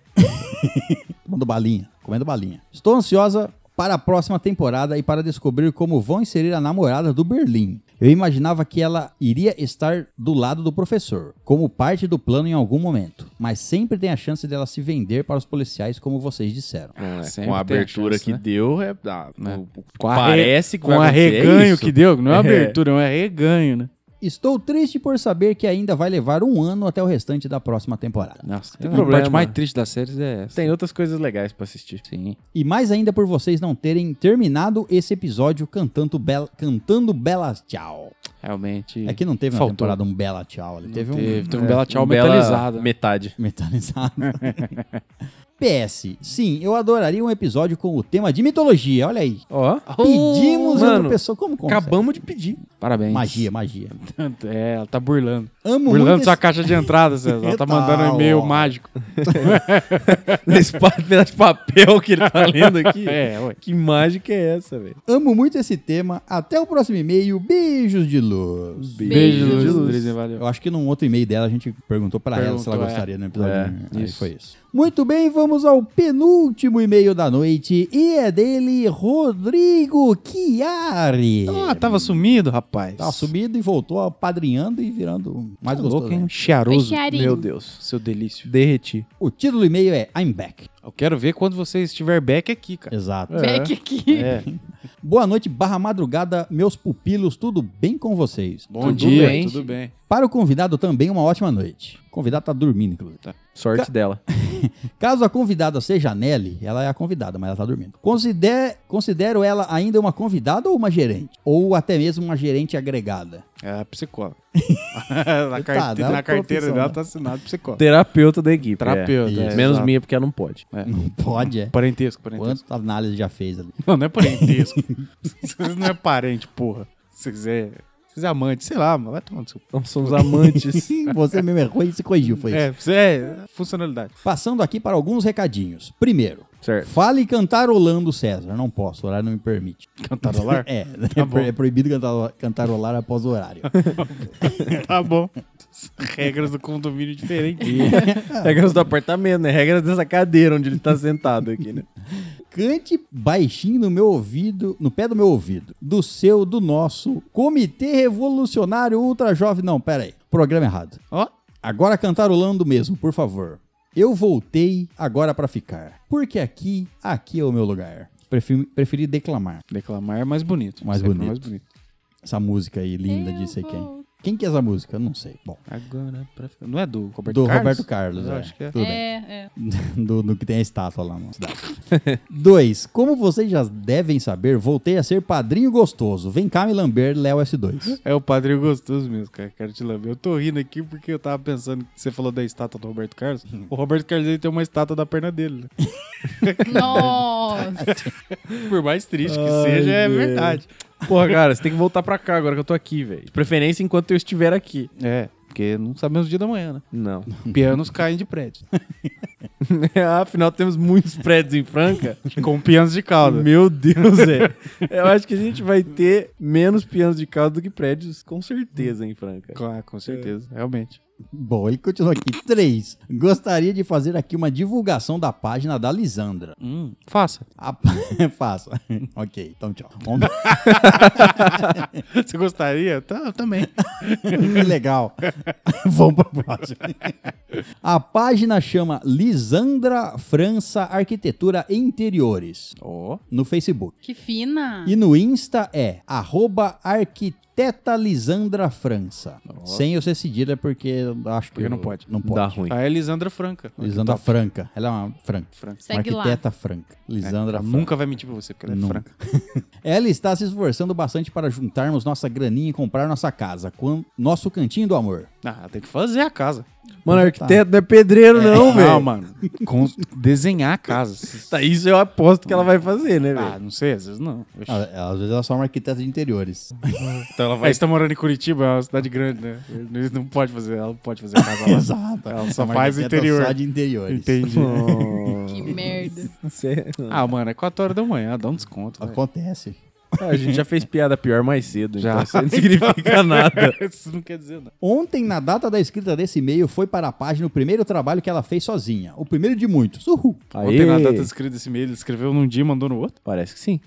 Tomando balinha, comendo balinha. Estou ansiosa para a próxima temporada e para descobrir como vão inserir a namorada do Berlim. Eu imaginava que ela iria estar do lado do professor, como parte do plano em algum momento, mas sempre tem a chance dela se vender para os policiais, como vocês disseram.
Não, né?
sempre
Com a
tem a
abertura
chance,
que
né?
deu, é, ah,
Né?
o- o-
Com a
parece que
Com
vai acontecer, é
arreganho
isso.
que deu, não
[LAUGHS]
é
É.
abertura, é um arreganho, né?
Estou triste por saber que ainda vai levar um ano até o restante da próxima temporada.
Nossa, é
tem problema.
triste das séries é essa.
Tem outras coisas legais pra assistir.
Sim.
E mais ainda por vocês não terem terminado esse episódio cantando, bela, cantando Bela Tchau.
Realmente.
É que não teve na
Faltou.
temporada um Bela Tchau. Ele teve,
Teve,
um
teve um bela tchau
Um bela
metalizado.
[LAUGHS]
né?
Metade.
metalizado. PS, sim, eu adoraria um episódio com o tema de mitologia. Olha aí.
Ó.
Pedimos a outra
mano,
pessoa. Como consegue?
Acabamos de pedir.
Parabéns.
Magia, magia.
Tanto- [LAUGHS] É, ela tá burlando.
Amo muito
Burlando
esse-
sua caixa de entrada, César. Ela tá mandando
Tá,
um e-mail
ó.
mágico.
[LAUGHS] Nesse pa- pedaço de papel que ele tá lendo aqui.
[LAUGHS] É, ué.
Que mágica é essa, velho?
Amo muito esse tema. Até o próximo e-mail. Beijos de luz.
Beijos.
Beijo,
Beijos.
Luiz. Valeu.
Eu acho que num outro e-mail dela a gente perguntou pra ela se ela
Perguntou, é.
gostaria no episódio.
É,
né? Aí
isso.
foi isso. Muito bem, vamos ao penúltimo e-mail da noite e é dele Rodrigo Chiari.
Ah, tava sumido, rapaz.
Tá subido e voltou apadrinhando e virando mais
Tá
gostoso.
louco, hein?
ainda.
Chiaroso.
Oi, Chiarinho.
Meu Deus, seu delício.
Derreti.
O título do e-mail é I'm Back.
Eu quero ver quando você estiver back aqui, cara.
Exato.
Back aqui.
É.
Boa noite, barra madrugada, meus pupilos, tudo bem com vocês?
Bom
Tudo
dia,
bem.
tudo bem.
Para o convidado também, uma ótima noite. O convidado tá dormindo, inclusive.
Sorte dela.
Caso a convidada seja a Nelly, ela é a convidada, mas ela tá dormindo. Consider- considero ela ainda uma convidada ou uma gerente? Ou até mesmo uma gerente agregada.
É a psicóloga. [LAUGHS] na, carte-
Tá, dá
na
uma
carteira
profissão,
dela
né?
tá assinado psicóloga.
[LAUGHS] Terapeuta da equipe.
Terapeuta,
é.
é,
Menos
exato.
minha, porque ela não pode.
Não pode, é?
Parentesco, parentesco.
Quanto análise já fez ali? [LAUGHS]
Não, não é parentesco. Vocês não é parente, porra. Se quiser. Vocês é amante, sei lá, mas vai tomar no seu.
Nós somos amantes.
Você mesmo errou e se corrigiu, foi isso.
É, você é funcionalidade.
Passando aqui para alguns recadinhos. Primeiro,
[LAUGHS] certo.
[LAUGHS] fale cantarolando, César. Não posso, o horário não me permite.
Cantarolar?
[LAUGHS] É, é,
Tá bom.
pro- é proibido cantar- cantarolar após o
[LAUGHS]
horário.
[LAUGHS] tá bom. Regras do condomínio diferentes. É.
Regras do apartamento, né? Regras dessa cadeira onde ele tá sentado aqui, né?
Cante baixinho no meu ouvido, no pé do meu ouvido, do seu, do nosso Comitê Revolucionário Ultra Jovem. Não, pera aí. Programa errado.
[LAUGHS] Ó.
Agora cantarolando mesmo, por favor. Eu voltei agora pra ficar, porque aqui, aqui é o meu lugar. Prefiro, preferi declamar
Declamar é mais bonito.
Mais
Sempre
bonito.
mais bonito.
essa música aí linda de
Eu
sei quem.
vou-
Quem que é essa música? Eu não sei. Bom,
Agora, pra... não é do Roberto
do
Carlos?
Roberto Carlos,
Eu
é.
acho que é.
Tudo bem.
É, é.
do, do que tem a estátua lá na cidade. Dois, como vocês já devem saber, voltei a ser padrinho gostoso. Vem cá me lamber, Léo S2.
É o padre gostoso mesmo, cara. Quero te lamber. Eu tô rindo aqui porque eu tava pensando que você falou da estátua do Roberto Carlos. O Roberto Carlos ele tem uma estátua da perna dele. né?
[LAUGHS]
Nossa.
Por mais triste que seja, é
velho.
verdade.
Porra, cara, você tem que voltar pra cá agora que eu tô aqui, velho. De preferência enquanto eu estiver aqui.
É, porque não sabemos o dia da manhã, né?
[LAUGHS] Não.
Pianos caem de
[LAUGHS]
prédio.
Ah, Afinal, temos muitos prédios em Franca.
Com pianos de calda.
Meu Deus, é. Eu acho que a gente
[LAUGHS]
vai ter menos pianos de casa do que prédios, com certeza, em Franca.
Claro, com certeza, realmente.
Bom, ele continua aqui. Três. Gostaria de fazer aqui uma divulgação da página da Lisandra.
Hum, faça.
A... [LAUGHS] Faça. ok, então tchau. Vamos-
Você gostaria? Tá, eu também.
[LAUGHS] Legal. Vamos para próxima. A página chama Lisandra França Arquitetura Interiores
Ó.
no Facebook.
Que fina.
E no Insta é arroba arquiteta Lisandra França. Sem eu ser cedilha, porque eu acho que.
Porque não
eu-
pode.
Não pode.
Dá ruim.
A Elisandra Franca. tá.
Lisandra Franca. Ela é uma franca.
Franca.
Segue
uma
lá.
arquiteta franca. Lisandra
Ela
Franca.
nunca vai mentir pra você, porque ela é
Nunca.
franca.
Ela está se esforçando bastante para juntarmos nossa graninha e comprar nossa casa. com Nosso cantinho do amor. tá-
Ah, tem que fazer a casa.
Mano, arquiteto não é pedreiro, não,
Não,
velho.
mano. Con- Desenhar a casa.
[LAUGHS] Tá, Isso eu aposto que ela vai fazer, né, velho?
Ah, não sei, às vezes não. Oxi.
Ah, ela- Às vezes ela é só uma arquiteta de
[LAUGHS]
interiores.
então ela
Aí você tá morando em Curitiba, é uma cidade grande, né? Eles não pode fazer, ela não pode fazer casa
[LAUGHS]
lá.
Exato.
Ela só
É uma
faz
arquiteta
interior.
Só de interiores.
Entendi.
[LAUGHS]
Que merda.
ah, mano, é 4 horas da manhã, dá um desconto. velho.
Acontece.
Ah, a gente já fez piada pior mais cedo, [LAUGHS] então
Já. [LAUGHS]
isso aí não significa nada.
Isso não quer dizer, não.
Ontem, na data da escrita desse e-mail, foi para a página o primeiro trabalho que ela fez sozinha. O primeiro de muitos. Uhul.
Ontem, na
Aê.
data descrita desse e-mail, ele escreveu num dia e mandou no outro.
Parece que sim.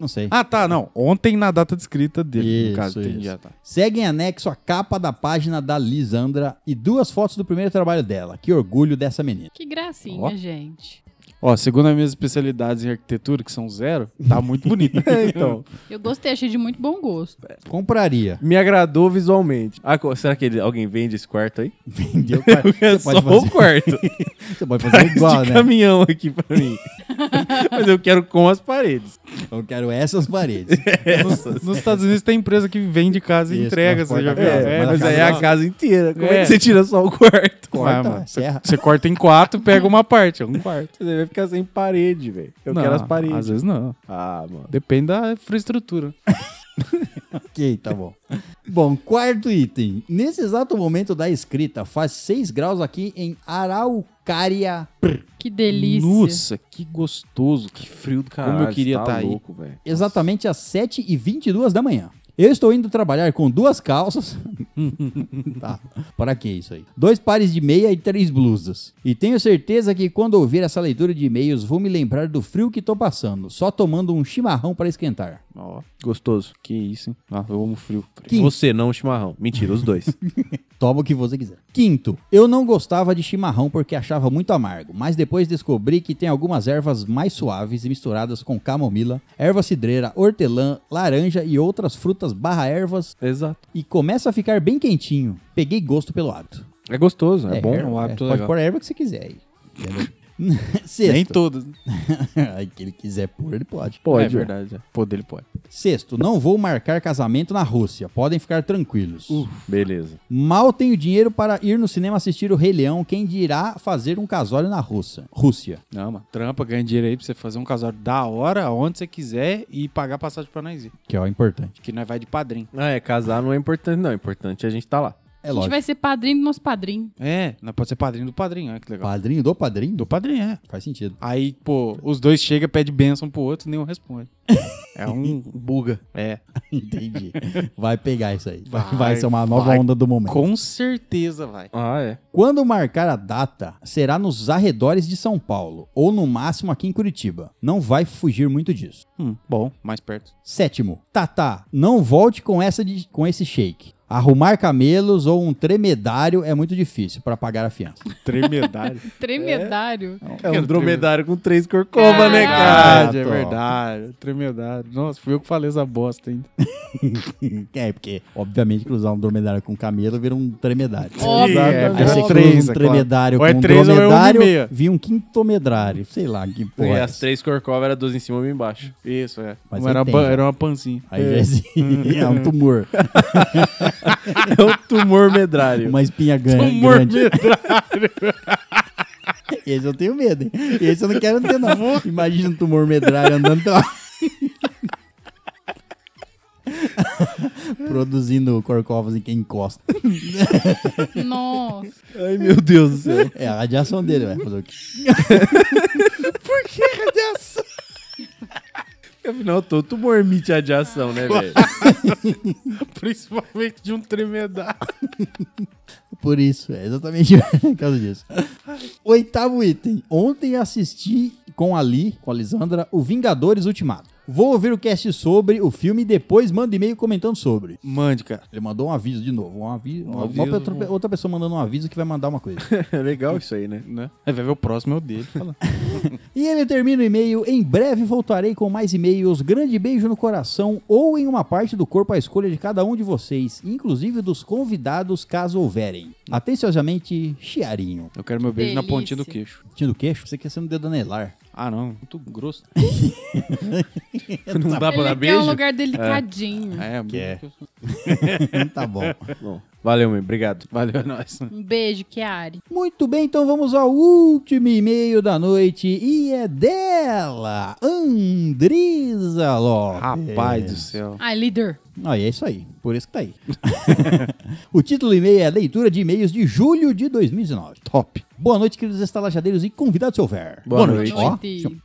Não sei.
Ah, tá, não. Ontem, na data descrita dele,
Isso,
no caso.
isso.
Entendi, já tá.
Segue em anexo a capa da página da Lisandra e duas fotos do primeiro trabalho dela. Que orgulho dessa menina.
Que gracinha, gente.
Ó, segundo as minhas especialidades em arquitetura, que são zero, tá muito [LAUGHS] bonito.
então.
Eu gostei, achei de muito bom gosto.
[LAUGHS]
Compraria.
Me agradou visualmente. Ah, co- será que ele- alguém vende esse quarto aí?
Vendeu.
[LAUGHS]
Você
É
pode
só o
fazer,
[LAUGHS] quarto.
você pode fazer
Faz
igual,
de
né?
caminhão aqui pra mim. [LAUGHS] Mas eu quero com as paredes.
Eu quero essas paredes.
Nos, nos Estados Unidos tem empresa que vende casa e
Isso,
entrega,
mas
você já
corta
viu?
a casa,
É,
mas
mas
a
aí
casa
a
não-
casa...
inteira. Como é
É.
que você tira só o quarto?
Corta,
mano,
serra.
Você corta em quatro, pega uma parte, é um quarto.
Você vai ficar sem parede, velho. Eu
Não,
quero as paredes.
Às vezes não.
Ah, mano.
Depende da infraestrutura.
Ok, tá bom. Bom, quarto item. Nesse exato momento da escrita, faz 6 graus aqui em Araucária.
Que delícia.
Nossa, que gostoso, que
Frio do
caralho,
Como eu queria
tá
estar aí.
louco,
velho.
Exatamente às 7h22 da manhã. Eu estou indo trabalhar com duas calças. [LAUGHS] tá, para que isso aí? Dois pares de meia e três blusas. E tenho certeza que quando ouvir essa leitura de e-mails, vou me lembrar do frio que tô passando, só tomando um chimarrão para esquentar.
Ó,
Gostoso.
que isso, hein? Ah, eu amo frio.
Que-
Você não, o chimarrão. Mentira, os dois.
Toma o que você quiser. Quinto, eu não gostava de chimarrão porque achava muito amargo, mas depois descobri que tem algumas ervas mais suaves e misturadas com camomila, erva cidreira, hortelã, laranja e outras frutas barra ervas
[LAUGHS] Exato.
e começa a ficar bem quentinho. Peguei gosto pelo hábito.
É gostoso, é, bom.
erva,
um hábito
é, Pode
legal.
pôr a erva que você quiser aí. entendeu?
[LAUGHS] Nem
[LAUGHS] Sexto,
todas.
aí que ele quiser pôr, ele pode.
Pode,
É verdade. é. Poder ele pode.
Sexto, não vou marcar casamento na Rússia, podem ficar tranquilos.
Uh.
Beleza.
Mal tenho dinheiro para ir no cinema assistir o Rei Leão, quem dirá fazer um casório na Rússia. Rússia.
Não, mano. Trampa, ganha dinheiro aí pra você fazer um casório da hora, onde você quiser e pagar passagem pra nós ir.
Que é o importante.
Que nós vai de padrinho.
Ah, é, casar não é importante, não. É importante a gente tá lá.
É
A gente
lógico.
vai ser padrinho do nosso padrinho.
É, nós pode ser padrinho do padrinho, olha que legal.
Padrinho do padrinho?
Do padrinho, é.
Faz sentido. [LAUGHS]
Aí, pô, os dois chegam, pede bênção pro outro, nenhum responde. É
Hum.
um buga. É.
Entendi. Vai pegar isso aí. Vai,
Vai,
vai ser uma nova
vai.
onda do momento.
Com certeza vai.
Ah, é.
Quando marcar a data, será nos arredores de São Paulo, ou no máximo aqui em Curitiba. Não vai fugir muito disso.
Hum, bom, mais perto.
Sétimo, Tatá, não volte com essa de- com esse shake. Arrumar camelos ou um tremedário é muito difícil para pagar a fiança.
[LAUGHS]
Tremedário.
Tremedário.
É um dromedário com três
corcovas,
corcovas,
né,
né,
cara?
cara?
Verdade, é
Exato.
verdade. Tremedário. Nossa, fui eu que falei essa bosta ainda.
[LAUGHS] É, porque, obviamente, cruzar um dromedário com um camelo vira um tremedário.
Óbvio.
É,
Aí você
vira
cruza
três,
um
é
tremedário
claro. Ou é
com um
três ou é um e
dromedário,
meia.
vi um quintomedário. Sei lá, que porra.
Porque
é
as
essa?
três corcovas eram duas em cima e uma embaixo.
Isso, é.
Mas
Não era,
aí tem,
ban-
já.
era uma pancinha. É.
Aí [LAUGHS] já existe- é um tumor,
[LAUGHS] É um tumor medrário.
uma espinha
[LAUGHS]
gan-
Tumor
é grande. Esse eu tenho medo, hein? Esse eu não quero ter, [LAUGHS] não. Imagina um tumor medrário andando pela... Produzindo corcovas em quem encosta.
Nossa.
Ai, meu Deus do
[LAUGHS]
céu.
É a radiação dele, vai fazer o quê?
Afinal, todo tumor emite radiação,
[LAUGHS]
né, velho?
Principalmente de um tremedário.
Por isso, é exatamente [LAUGHS] por causa disso. Oitavo item. Ontem assisti com a Li, com a Lisandra, o Vingadores Ultimato. Vou ouvir o cast sobre o filme e depois mando e-mail comentando sobre.
Mande, cara.
Ele mandou um aviso de novo. Um aviso. uma-
aviso,
uma outra, outra pessoa mandando um aviso que vai mandar uma coisa.
É legal isso aí, né?
Né? Aí vai ver o próximo é o dele. Fala.
E ele termina o e-mail. Em breve voltarei com mais e-mails. Grande beijo no coração ou em uma parte do corpo à escolha de cada um de vocês, inclusive dos convidados, caso houverem. Atenciosamente, Chiarinho.
Eu quero meu beijo na
Delícia.
pontinha do queixo.
Tinha do queixo? Você quer ser no dedo anelar.
Ah, não. Muito grosso. [LAUGHS]
Não Tá dá pra
Ele
dar
quer
beijo?
um lugar delicadinho.
É,
Que é.
muito-
tá bom. [LAUGHS]
Bom, valeu, meu. Obrigado.
Valeu, é nóis.
Um beijo, Kiari.
Muito bem, então vamos ao último e-mail da noite. E é dela, Andrisa Lopes.
É.
Rapaz do céu.
Ah, líder.
Ah, e é isso aí. Por isso que tá aí. [LAUGHS] o título do e-mail é Leitura de E-mails de julho de 2019. Top. Boa noite, queridos estalajadeiros e convidados se houver.
Boa noite.
Ó,
Noite.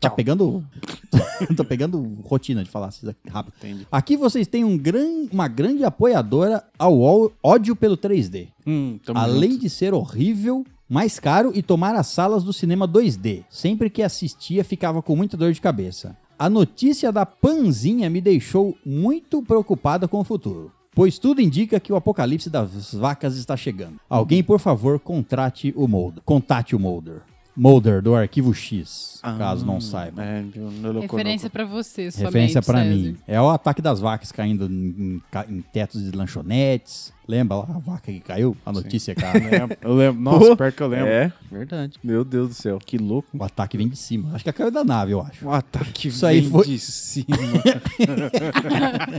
tá pegando... [LAUGHS] Tô pegando rotina de falar assim rápido.
Entendi.
Aqui vocês têm um gran... uma grande apoiadora ao ó- ódio pelo 3D.
Hum, tamo
Além
junto.
de ser horrível, mais caro e tomar as salas do cinema 2D. Sempre que assistia, ficava com muita dor de cabeça. A notícia da panzinha me deixou muito preocupada com o futuro. Pois tudo indica que o apocalipse das vacas está chegando. Alguém, por favor, contrate o Mulder. Contate o Mulder. Mulder, do Arquivo X, caso não saiba.
Ah, É, de um noloco-noloco.
Referência pra você, somente,
Referência pra
César.
mim. É o ataque das vacas caindo em, em ca- em tetos de lanchonetes. Lembra lá a vaca que caiu? A
[LAUGHS]
notícia, cara.
Eu lembro, eu lembro. Nossa,
Pô,
pior que eu lembro.
é?
Verdade.
Meu Deus do céu.
Que louco.
O ataque vem de cima. Acho que caiu da nave, eu acho.
Um ataque
Isso aí
vem
foi-
de cima.
[LAUGHS]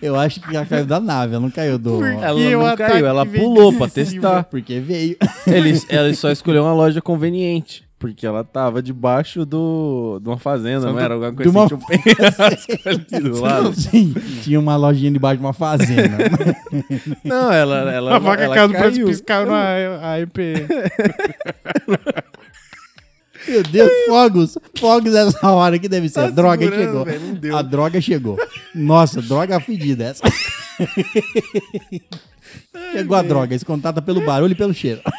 Eu acho que ela caiu da nave, ela não caiu do.
Ela
o
não
ataque
caiu, ela
vem de
pulou pra
cima?
testar.
Porque veio. [LAUGHS]
Ele, ela só escolheu uma loja conveniente. Porque ela tava debaixo do, de uma fazenda, não era? Alguma
de
coisa
uma
assim, tinha um penhasco ali do
[LAUGHS]
lado.
Sim, tinha uma lojinha debaixo de uma fazenda.
[LAUGHS] Não, ela, ela,
A vaca
ela
caiu do precipício, caiu na AMP.
Meu Deus, fogos! Fogos é essa hora que deve ser.
Tá
a droga
segurando,
chegou.
velho, não deu.
A droga chegou. Nossa, droga fedida
[LAUGHS]
essa. chegou a droga, se contata pelo barulho e pelo cheiro.
[LAUGHS]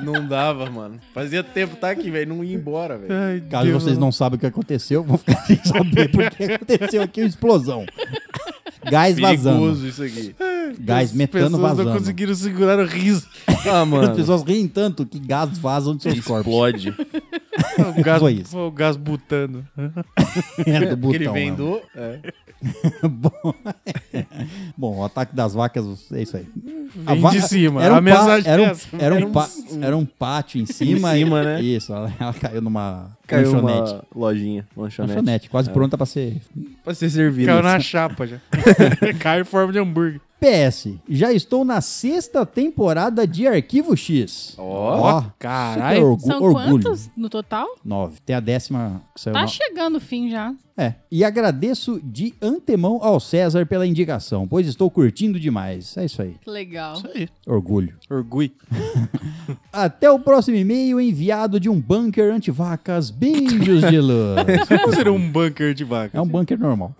Não dava, mano. Fazia tempo, tá aqui, velho. Não ia embora, velho.
Caso vocês não sabem o que aconteceu, vão ficar sem saber
[LAUGHS]
porque aconteceu aqui uma explosão. Gás vazando.
É Perigoso
[LAUGHS]
isso aqui.
Gás metano
pessoas não
vazando.
conseguiram segurar
[LAUGHS]
o riso.
Ah,
As
mano.
pessoas riem tanto que gases vazam de seus corpos.
Explode.
O gás,
Foi isso.
o gás butano.
Era do
Porque ele
botão,
vem
né?
do... É.
[LAUGHS] Bom, Bom, o ataque das vacas é isso aí. A
Vem de cima,
Era um,
a
pa...
mensagem
era
é
um,
essa.
era um, pa- era um pátio em cima.
cima,
e-
né?
Isso, ela, ela caiu numa
Caiu
lanchonete.
uma lojinha, lanchonete.
Lanchonete, quase pronta pra ser.
Pra ser servido.
Caiu na
[LAUGHS]
chapa já. [LAUGHS] Caiu em forma de hambúrguer.
PS, já estou na sexta temporada de Arquivo X.
Ó,
super
caralho.
orgu-
São
orgulho.
quantos no total?
Nove. Tem a décima que saiu
Tá
no-
chegando o fim já.
É. E agradeço de antemão ao César pela indicação, pois estou curtindo demais. É isso aí.
Que legal.
Orgulho.
Orgulho.
Até o próximo e-mail enviado de um bunker antivacas. Beijos de luz.
Como seria um bunker de vaca?
É um bunker normal.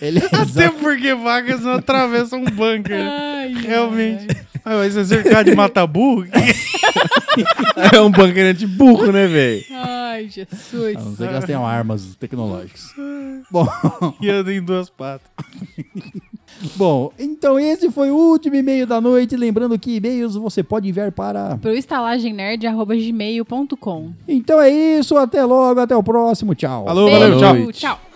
Ele é
Até porque vacas não atravessam um bunker.
[LAUGHS] Ai,
Realmente. Ah, mas é cercado de [LAUGHS] mataburro?
[LAUGHS] É um banqueirante burro, né, velho?
Ai, Jesus.
A não ser que elas tenham armas tecnológicas. Bom,
e anda em duas patas.
bom, então esse foi o último e-mail da noite. Lembrando que e-mails você pode enviar para.
Pro estalagemnerd.gmail.com.
Então é isso, até logo, até o próximo. Tchau.
Alô,
Boa
Beijo,
noite.
tchau.